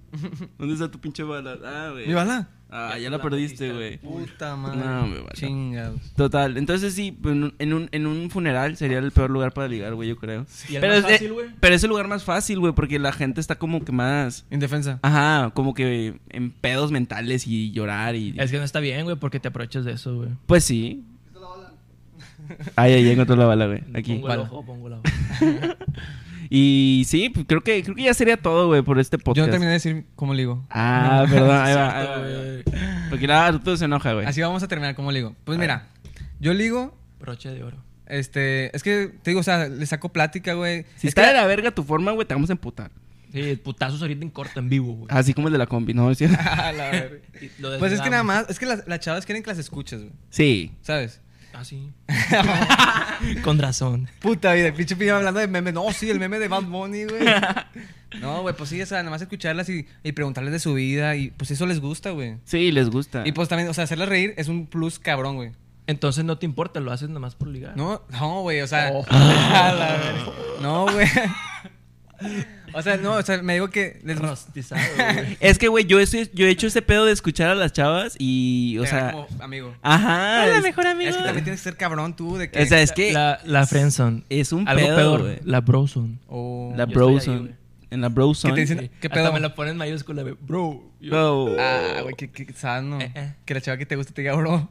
B: ¿Dónde está tu pinche bala? Ah, güey.
C: ¿Mi bala?
B: Ah, ya la perdiste, güey.
C: Puta madre.
B: No, mi bala.
C: Chingados.
B: Total, entonces sí, en un- en un, en un funeral sería el peor lugar para ligar, güey, yo creo.
D: ¿Y el
B: pero,
D: más
B: es, eh,
D: fácil, güey?
B: pero es el lugar más fácil, güey, porque la gente está como que más...
C: Indefensa.
B: Ajá, como que en pedos mentales y llorar y...
D: Es que no está bien, güey, porque te aprovechas de eso, güey.
B: Pues sí. Ay, ay, encontró la bala, güey. Aquí.
D: Pongo el
C: Vale.
D: ojo, pongo la
B: (laughs) Y sí, pues, creo que creo que ya sería todo, güey, por este podcast.
C: Yo no terminé de decir cómo ligo.
B: Ah, perdón, ahí va, ahí va, ahí va.
D: güey.
B: Porque nada, todo se enoja, güey.
C: Así vamos a terminar, cómo ligo. Pues mira, yo ligo,
D: Broche de oro.
C: este, es que te digo, o sea, le saco plática, güey.
B: Si
C: es
B: está
C: que-
B: de la verga tu forma, güey, te vamos a emputar.
D: Sí, putazos ahorita en corto, en vivo, güey.
B: Así como el de la combi, ¿no? Sí.
C: (laughs)
B: (laughs)
C: A la verga.
D: Y lo
C: Pues es que nada
D: desnudamos.
C: más, es que las, las chavas quieren que las escuches, güey.
B: Sí.
C: ¿Sabes?
D: Ah, sí.
C: (laughs)
D: Con razón.
C: Puta vida, el pinche piña hablando de memes. No, sí, el meme de Bad
D: (laughs)
C: Bunny, güey. No, güey, pues sí, o sea, nada más escucharlas y, y preguntarles de su vida y pues eso les gusta, güey.
B: Sí, les gusta.
C: Y pues también, o sea, hacerlas reír es un plus cabrón, güey.
D: Entonces no te importa, lo haces nomás por ligar.
C: No, no, güey, o sea.
D: Oh.
C: (laughs) a la verga. No, güey. (laughs) O sea, no, o sea, me digo que les gusta.
B: (laughs)
D: Rostizado, güey.
B: Es que, güey, yo, eso- yo he hecho ese pedo de escuchar a las chavas y, o sea...
C: como amigo.
B: Ajá. es-
C: Es que también tienes que ser cabrón tú de que.
B: O sea, es que
D: La, la friendzone.
B: es un
D: Algo
B: pedo,
D: peor,
B: güey.
D: la brozone.
C: O-
B: La
D: Yo estoy ahí,
B: brozone.
D: güey.
B: En la brozone.
C: Que te dicen-
D: Sí.
C: ¿Qué
D: Hasta
C: pedo?
D: me lo ponen mayúscula, güey. Bro. Yo- (laughs)
B: Bro.
C: Ah, güey, qué, qué sano.
D: Eh, eh.
C: Que la chava que te gusta te diga, bro.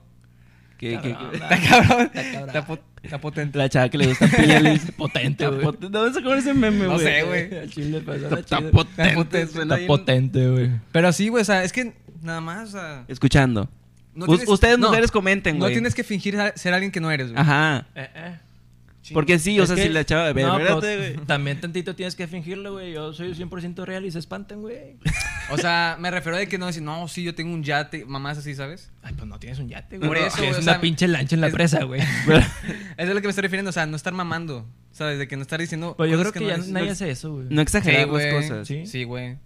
B: Que- que-
D: Cabrón.
B: que-
C: Está cabrón.
D: cabrón.
C: Está, pot- está potente.
B: La chava que le gusta piña le
C: (laughs)
B: dice,
D: Potente,
B: "Está
D: güey.
B: potente". ¿Dónde sacaron ese meme, güey?
C: No sé, güey.
D: Al chile, pues,
B: Está,
D: suena
B: está
D: chido.
B: potente.
C: Está potente,
B: suena
D: (laughs) Está
B: bien-
D: potente, güey.
C: Pero sí, güey, o sea, es que nada más, o sea.
B: Escuchando.
C: no
B: U-
C: tienes-
B: Ustedes
C: no,
B: mujeres comenten,
C: No
B: güey.
C: tienes que fingir a- ser alguien que no eres, güey.
B: Ajá.
D: Eh, eh.
B: Porque sí, o
D: Es
B: sea,
D: que-
B: si la chava...
D: No, pero
B: Espérate, güey.
D: También tantito tienes que fingirlo, güey. Yo soy 100% real y se espantan, güey.
C: O sea, me refiero de que no decir, no, sí, yo tengo un yate, mamás así, ¿sabes? (laughs)
D: Ay, pues no tienes un yate,
C: Por
D: güey.
C: eso,
D: Tienes
C: güey, o
D: una
C: sea,
D: pinche lancha en la
C: es-
D: presa,
B: (laughs)
D: güey.
C: Eso es lo que me estoy refiriendo, o sea, no estar mamando, ¿sabes? De que no estar diciendo.
D: Pues yo creo
C: cosas
D: que, ya
C: no eres.
D: nadie hace eso, güey.
B: No exagerar las
C: güey.
B: cosas.
D: Sí.
C: Sí, güey.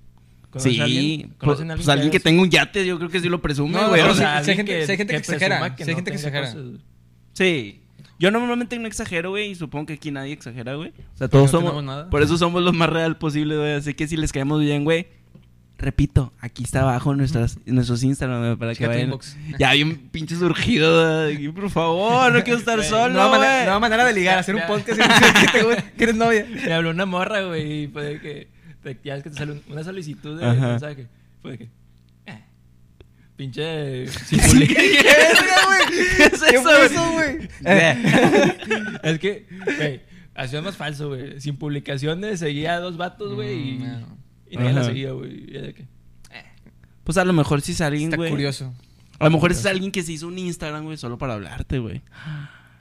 D: ¿Conoces a
B: Sí,
D: alguien?
B: pues
D: ¿Conocen a
B: pues alguien que
D: haga
B: tenga un yate, yo creo que sí lo presume,
C: No,
B: güey.
C: no,
B: o
D: eso?
C: sí,
B: sea,
C: sí, hay gente-
D: alguien
C: sí hay gente que
D: presuma
C: exagera, sí hay gente
D: tenga
C: que exagera.
D: cosas, güey.
B: sí. Yo normalmente no exagero, güey, y supongo que aquí nadie exagera, güey. O sea, todos
C: no
B: somos.
C: tenemos nada.
B: Por eso somos lo más real posible, güey. Así que si les caemos bien, güey. Repito, aquí está abajo nuestras, nuestros Instagram güey, para que
C: Checa tu
B: vayan.
C: inbox.
B: Ya hay un pinche surgido. güey. Por favor, no quiero
C: (laughs)
B: estar solo.
C: Nueva manera,
B: güey.
C: nueva manera de ligar, hacer un podcast y decir que, te gusta- que eres novia.
D: Me habló una morra, güey, y fue de que. te- ya es que te sale un- una solicitud de
B: Ajá.
D: mensaje. Fue de que. eh, Pinche.
B: (laughs) ¿Qué (laughs) es
C: ¿Qué
B: eso,
C: fue
B: güey?
C: eso, güey?
D: (laughs)
C: (laughs)
D: es que, güey, hacía más falso, güey. Sin publicaciones, seguía a dos vatos, güey, y,
C: Mm, no.
D: y nadie la
B: Ajá.
D: seguía, güey. Y era de que,
B: Pues a lo mejor sí es alguien,
C: Está
B: güey.
C: curioso.
B: A lo mejor es alguien que se hizo un Instagram, güey, solo para hablarte, güey.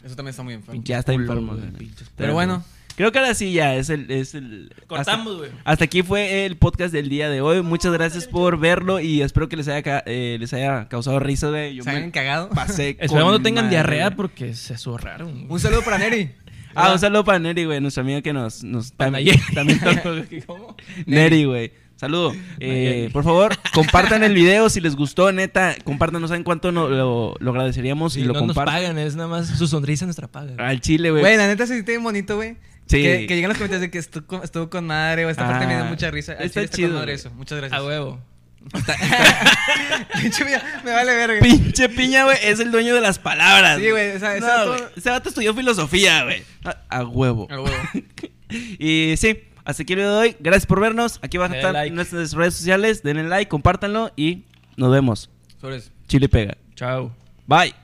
C: Eso también está muy enfermo.
B: Ya está
D: culo,
B: enfermo,
D: güey,
B: güey.
D: pinches
C: Pero bueno,
B: Creo que ahora sí ya es el... Es el
D: Cortamos, güey.
B: Hasta, hasta aquí fue el podcast del día de hoy. Muchas gracias por verlo y espero que les haya, ca- eh, les haya causado risa, güey. Yo
C: ¿Se habían
B: me
C: cagado?
B: pasé con
D: Esperemos no tengan
B: madre.
D: diarrea porque se zurraron.
C: Un saludo para Neri.
B: Ah, un saludo para Neri, güey, nuestra amiga que nos... nos
D: Panayé.
B: (laughs)
D: (laughs)
B: también
D: ¿Cómo?
B: Neri, güey. Saludo. Eh, por favor, compartan el video si les gustó, neta. Compartan, no saben cuánto no- lo, lo agradeceríamos si
D: no
B: lo
D: nos
B: compartan.
D: pagan, es nada más su sonrisa nuestra paga. güey.
B: Al chile, (laughs) güey.
C: Güey, la neta se siente bien bonito, güey.
B: Sí.
C: Que, que llegan los comentarios de que estuvo, con- estuvo con madre o esta parte me dio
B: Ah,
C: mucha risa. Al
B: está
C: chile
B: chido,
C: Con madre
B: güey.
C: eso. Muchas gracias.
D: A
C: (laughs)
D: huevo.
C: Pinche vida, me
B: (laughs)
C: vale verga.
B: Pinche piña, güey, es el dueño de las palabras.
C: Sí, güey, o sea, ese
B: No,
C: vato-
B: güey, ese vato estudió filosofía, güey. A, a huevo.
C: A Ah, huevo.
B: Y sí, hasta aquí el video de hoy. Gracias por vernos. Aquí van a
D: Denle
B: estar
D: like.
B: nuestras redes sociales. Denle like, compártanlo y nos vemos.
C: Sobres.
B: Chile pega.
D: Chao.
B: Bye.